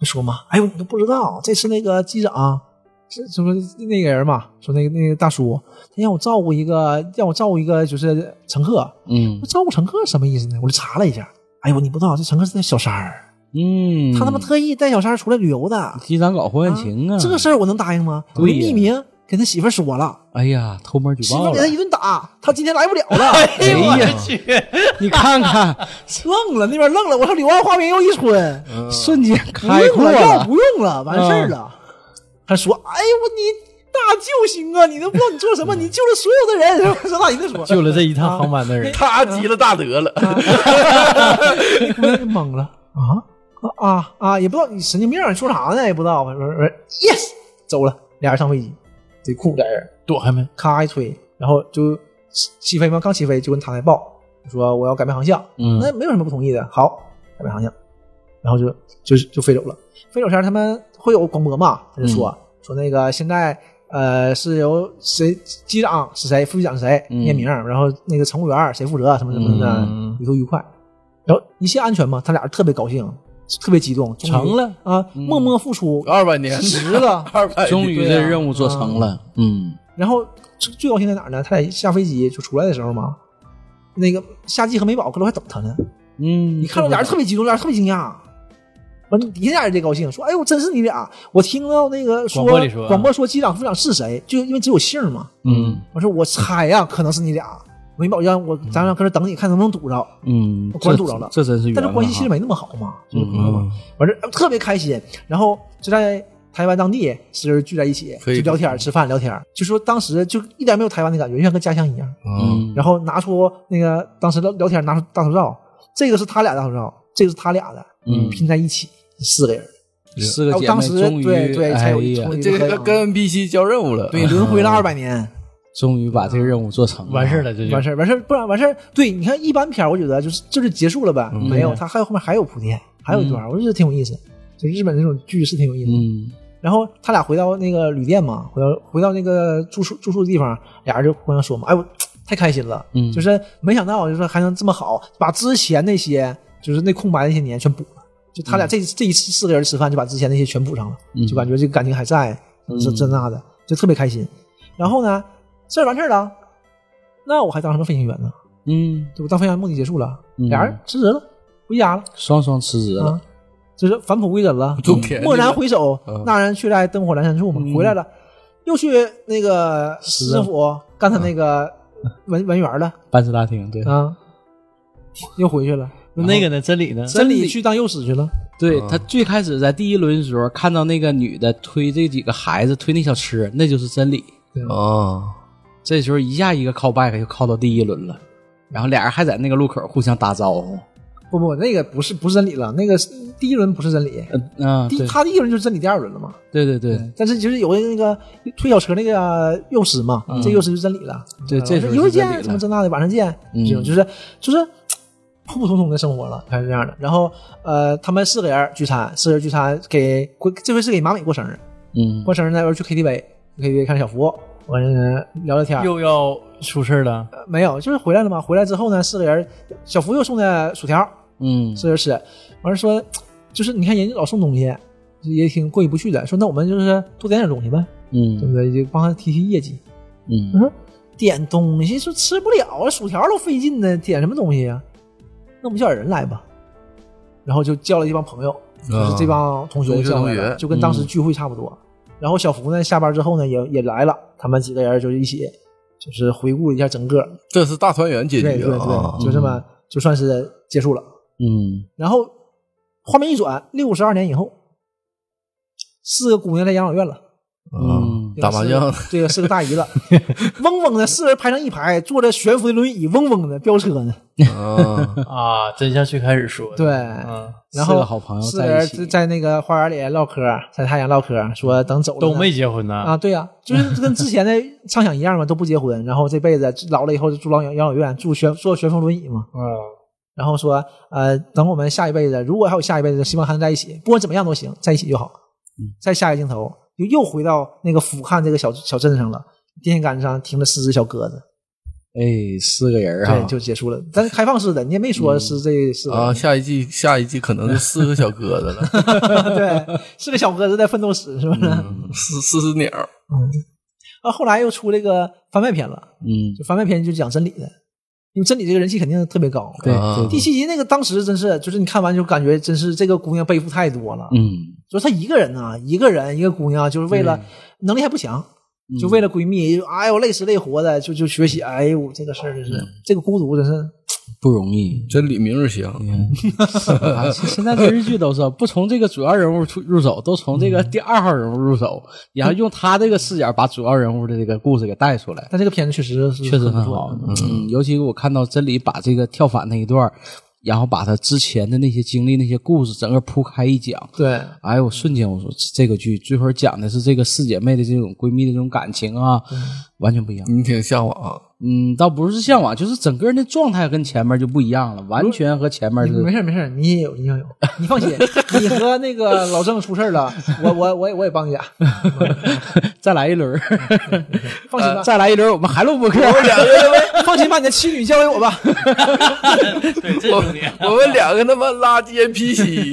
就说嘛，哎呦，你都不知道，这次那个机长，是什么那个人嘛，说那个那个大叔，他让我照顾一个，让我照顾一个就是乘客，嗯我照顾乘客什么意思呢？我就查了一下，哎呦，你不知道，这乘客是小三儿，嗯，他他妈特意带小三儿出来旅游的，机长搞婚外情啊，这事儿我能答应吗？我对就呀匿名跟他媳妇儿说了，哎呀，偷摸举媳妇报儿给了他，一顿打，他今天来不了了，哎呦我哎的呀去！你看看， 愣了，那边愣了，我说柳暗花明又一村。瞬间嗯不开用阔了，药了，不用了，完事儿了。他说：“哎呦，你大救星啊！你都不知道你做什么，你救了所有的人。”我说：“那一定说救了这一趟航班的人，他积了大德了， 那姑娘就懵了啊啊啊！也不知道你神经病，你说啥呢？也不知道。完完完，yes，走了，俩人上飞机，贼酷，俩人躲开没？咔一推，然后就起起飞吗？刚起飞就跟塔台报说我要改变航向，嗯那没有什么不同意的。好，改变航向，然后就就就飞走了。飞走前他们会有广播嘛？他就说、说那个现在呃是由谁机长是谁，副机长是谁嗯念名，然后那个乘务员谁负责什么什么的嗯，旅途愉快，然后一切安全嘛，他俩特别高兴，特别激动，终于成了啊，默默付出二百年，值了。二百终于对这啊任务做成了，嗯然后最最高兴在哪儿呢？他俩一下飞机就出来的时候嘛，那个夏季和美宝搁楼下等他呢。嗯，你看我俩人特别激动，俩人特别惊讶。完，底下俩人贼高兴，说：“哎呦，真是你俩！我听到那个说广播里说广播说机长、副长是谁，就因为只有姓儿嘛。嗯”我说：“我猜呀，可能是你俩。美宝让我咱俩搁这等你，看能不能堵着。嗯，关注着了这这真是缘分但是哈关系其实没那么好嘛，就是朋友嘛嗯。完事儿特别开心，然后就在台湾当地是聚在一起，就可以聊天儿、吃饭、聊天儿，就说当时就一点没有台湾的感觉，就像跟家乡一样。嗯，然后拿出那个当时聊聊天，拿出大头照，这个是他俩大头照，这个是他俩的，嗯拼在一起四个人，四个哎姐我妹当时终于对对才有哎呀嗯终于这合个影跟 NPC 交任务了， 对轮回了二百年，终于把这个任务做成了，完事儿了，这就完事儿完事儿，不然完事儿，对，你看一般片儿我觉得就是这就结束了呗，嗯没有，对他还有后面还有铺垫，还有一段，我就觉得挺有意思，就日本这种剧是挺有意思的。嗯然后他俩回到那个旅店嘛，回到回到那个住宿住宿的地方，俩人就互相说嘛，哎我太开心了，嗯就是没想到就是还能这么好，把之前那些就是那空白那些年全补了，就他俩这、这一次四个人吃饭就把之前那些全补上了，嗯就感觉这个感情还在，这这那的啊就特别开心。然后呢，事儿完事儿了，那我还当什么飞行员呢？嗯，对我当飞行员目的结束了，嗯俩人辞职了，回家了双双辞职了，啊，就是返璞归真了，种田去了蓦然回首，嗯那人却在灯火阑珊处嘛，回来了，又去那个市政府干他那个文文员了办事大厅嗯对啊，又回去了。那那个呢？真理呢？真理去当幼师去了，对他最开始在第一轮的时候看到那个女的推这几个孩子推那小车，那就是真理。啊，这时候一下一个靠 back 就靠到第一轮了，然后俩人还在那个路口互相打招呼。不不，那个不是不是真理了，那个是第一轮不是真理，嗯、啊，第对他第一轮就是真理第二轮了嘛。对对对但是就是有那个推小车那个幼师嘛，嗯这幼师就是真理了。对，这时候一会儿是真见，理怎么了。这那的，晚上见，嗯这种就是就是普普通通的生活了，开始这样的。然后呃，他们四个人聚餐，四个人聚餐给过这回是给马美过生日，嗯过生日那边去 KTV，KTV 看小福，完了聊聊天儿。又要出事儿了，呃没有，就是回来了嘛。回来之后呢，四个人，小福又送的薯条，嗯四个人吃。完了说，就是你看人家老送东西，也挺过意不去的。说那我们就是多点点东西呗，对嗯不对？就帮他提提业绩。我嗯说点东西说吃不了啊，薯条都费劲呢，点什么东西呀、那我们叫点人来吧。然后就叫了一帮朋友，就是这帮同学啊同学叫来同了，学嗯就跟当时聚会差不多。然后小福呢，下班之后呢，也也来了，他们几个人就是一起，就是回顾一下整个，这是大团圆结对对局对，啊，就这么就算是结束了。嗯，然后画面一转，六十二年以后，四个姑娘在养老院了。啊嗯打麻将，这个是个大 姨了，嗡嗡的，四人排成一排，坐着悬浮的轮椅，嗡嗡的 飙车呢。啊，啊，真像最开始说的，对嗯，啊四然后个好朋友四在个一人起在那个花园里唠嗑，晒太阳唠嗑，说等走了都呢没结婚呢，啊，对呀、就是跟之前的畅想一样嘛，都不结婚，然后这辈子老了以后就住老养养老院，住悬坐悬浮轮椅嘛。嗯，然后说，呃，等我们下一辈子，如果还有下一辈子，希望还能在一起，不管怎么样都行，在一起就好。嗯再下一个镜头，又又回到那个俯瞰这个小小镇上了，电线杆上停着四只小鸽子，哎，四个人啊对，，就结束了。但是开放式的，你也没说是这是啊，下一季下一季可能是四个小鸽子了， 啊 对，是个小鸽子在奋斗史，是不是？嗯四四只鸟，啊，后来又出这个番外篇了，嗯，就番外篇就讲真理的，因为真理这个人气肯定特别高。对嗯啊对第七集那个当时真是，就是你看完就感觉真是这个姑娘背负太多了，嗯就是她一个人呐、一个人一个姑娘，就是为了能力还不强，嗯就为了闺蜜，就哎呦累死累活的，就就学习，哎呦这个事儿真嗯是，这个孤独真是不容易。真理明日香， 啊，现现在的日剧都是不从这个主要人物出入手，都从这个第二号人物入手，然后用他这个视角把主要人物的这个故事给带出来，但这个片子确实是确实不很错好。嗯，尤其我看到真理把这个跳反那一段儿，然后把他之前的那些经历、那些故事整个铺开一讲。对，哎呦，我瞬间我说这个剧最后讲的是这个四姐妹的这种闺蜜的这种感情啊，完全不一样。你挺向往啊，嗯，倒不是向往，就是整个人的状态跟前面就不一样了，完全和前面你没是事儿没事儿，你也有，你也有，你放心，你和那个老郑出事儿了，我我我也我也帮你啊俩， 再来一轮儿，呃放心吧，再来一轮儿，我们还录播客。放心把你的妻女交给 我吧。我我们两个他妈拉肩 PC，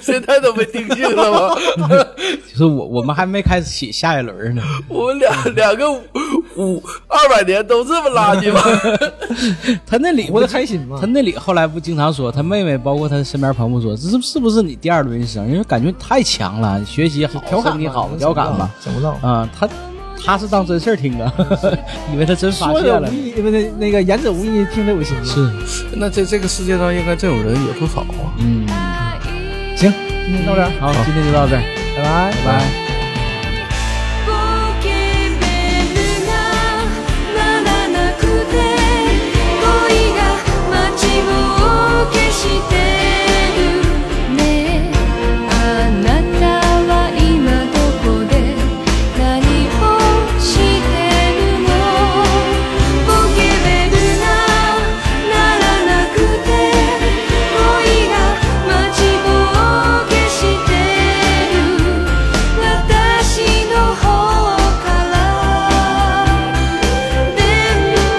现在都被定性了吗？ 就是我我们还没开始写下一轮儿呢。我们两两个五五二百年都这么垃圾吗？ 他那里活得开心嘛他那里后来不经常说，他妹妹包括他身边朋友说，这是是不是你第二轮生？因为感觉太强了，学习好，调侃身体吧好，调侃吧。整不到。啊、他他是当真事儿听的， 以为他真发说者现了无。意，不是那个言者无意，听者有心嘛。是， 那这这个世界上应该这种人也不少啊。嗯，行，今天到这儿，好，今天就到这儿，拜拜，拜拜拜。 「ポケベルが鳴らなくて」「恋が街を消してる」「ねえあなたは今どこで何をしてるの?」「ポケベルが鳴らなくて」「恋が街を消してる」「私の方から電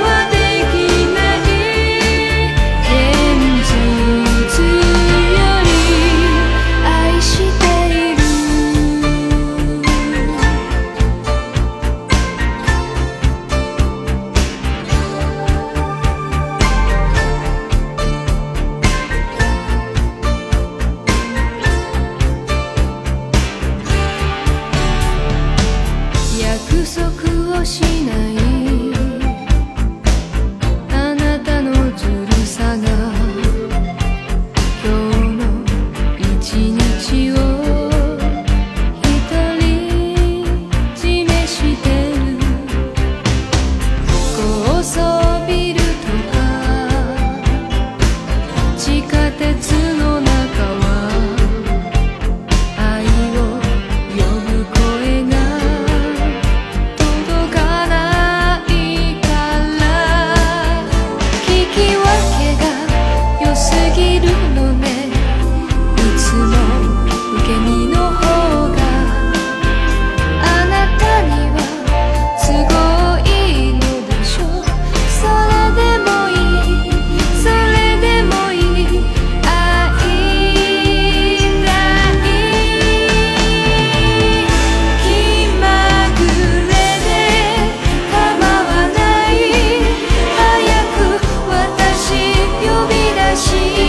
話できない」「現実より愛している」約束をしないあなたのずるさが今日の一日を独り占めしてる高層ビルとか地下鉄の中は「愛を呼ぶ声が届かないから」「聞き分けが良すぎるのね」「いつも受け身の方があなたには都合いいのでしょ」「それでもいいそれでもいい愛ない」「気まぐれで構わない」「早く私呼び出し」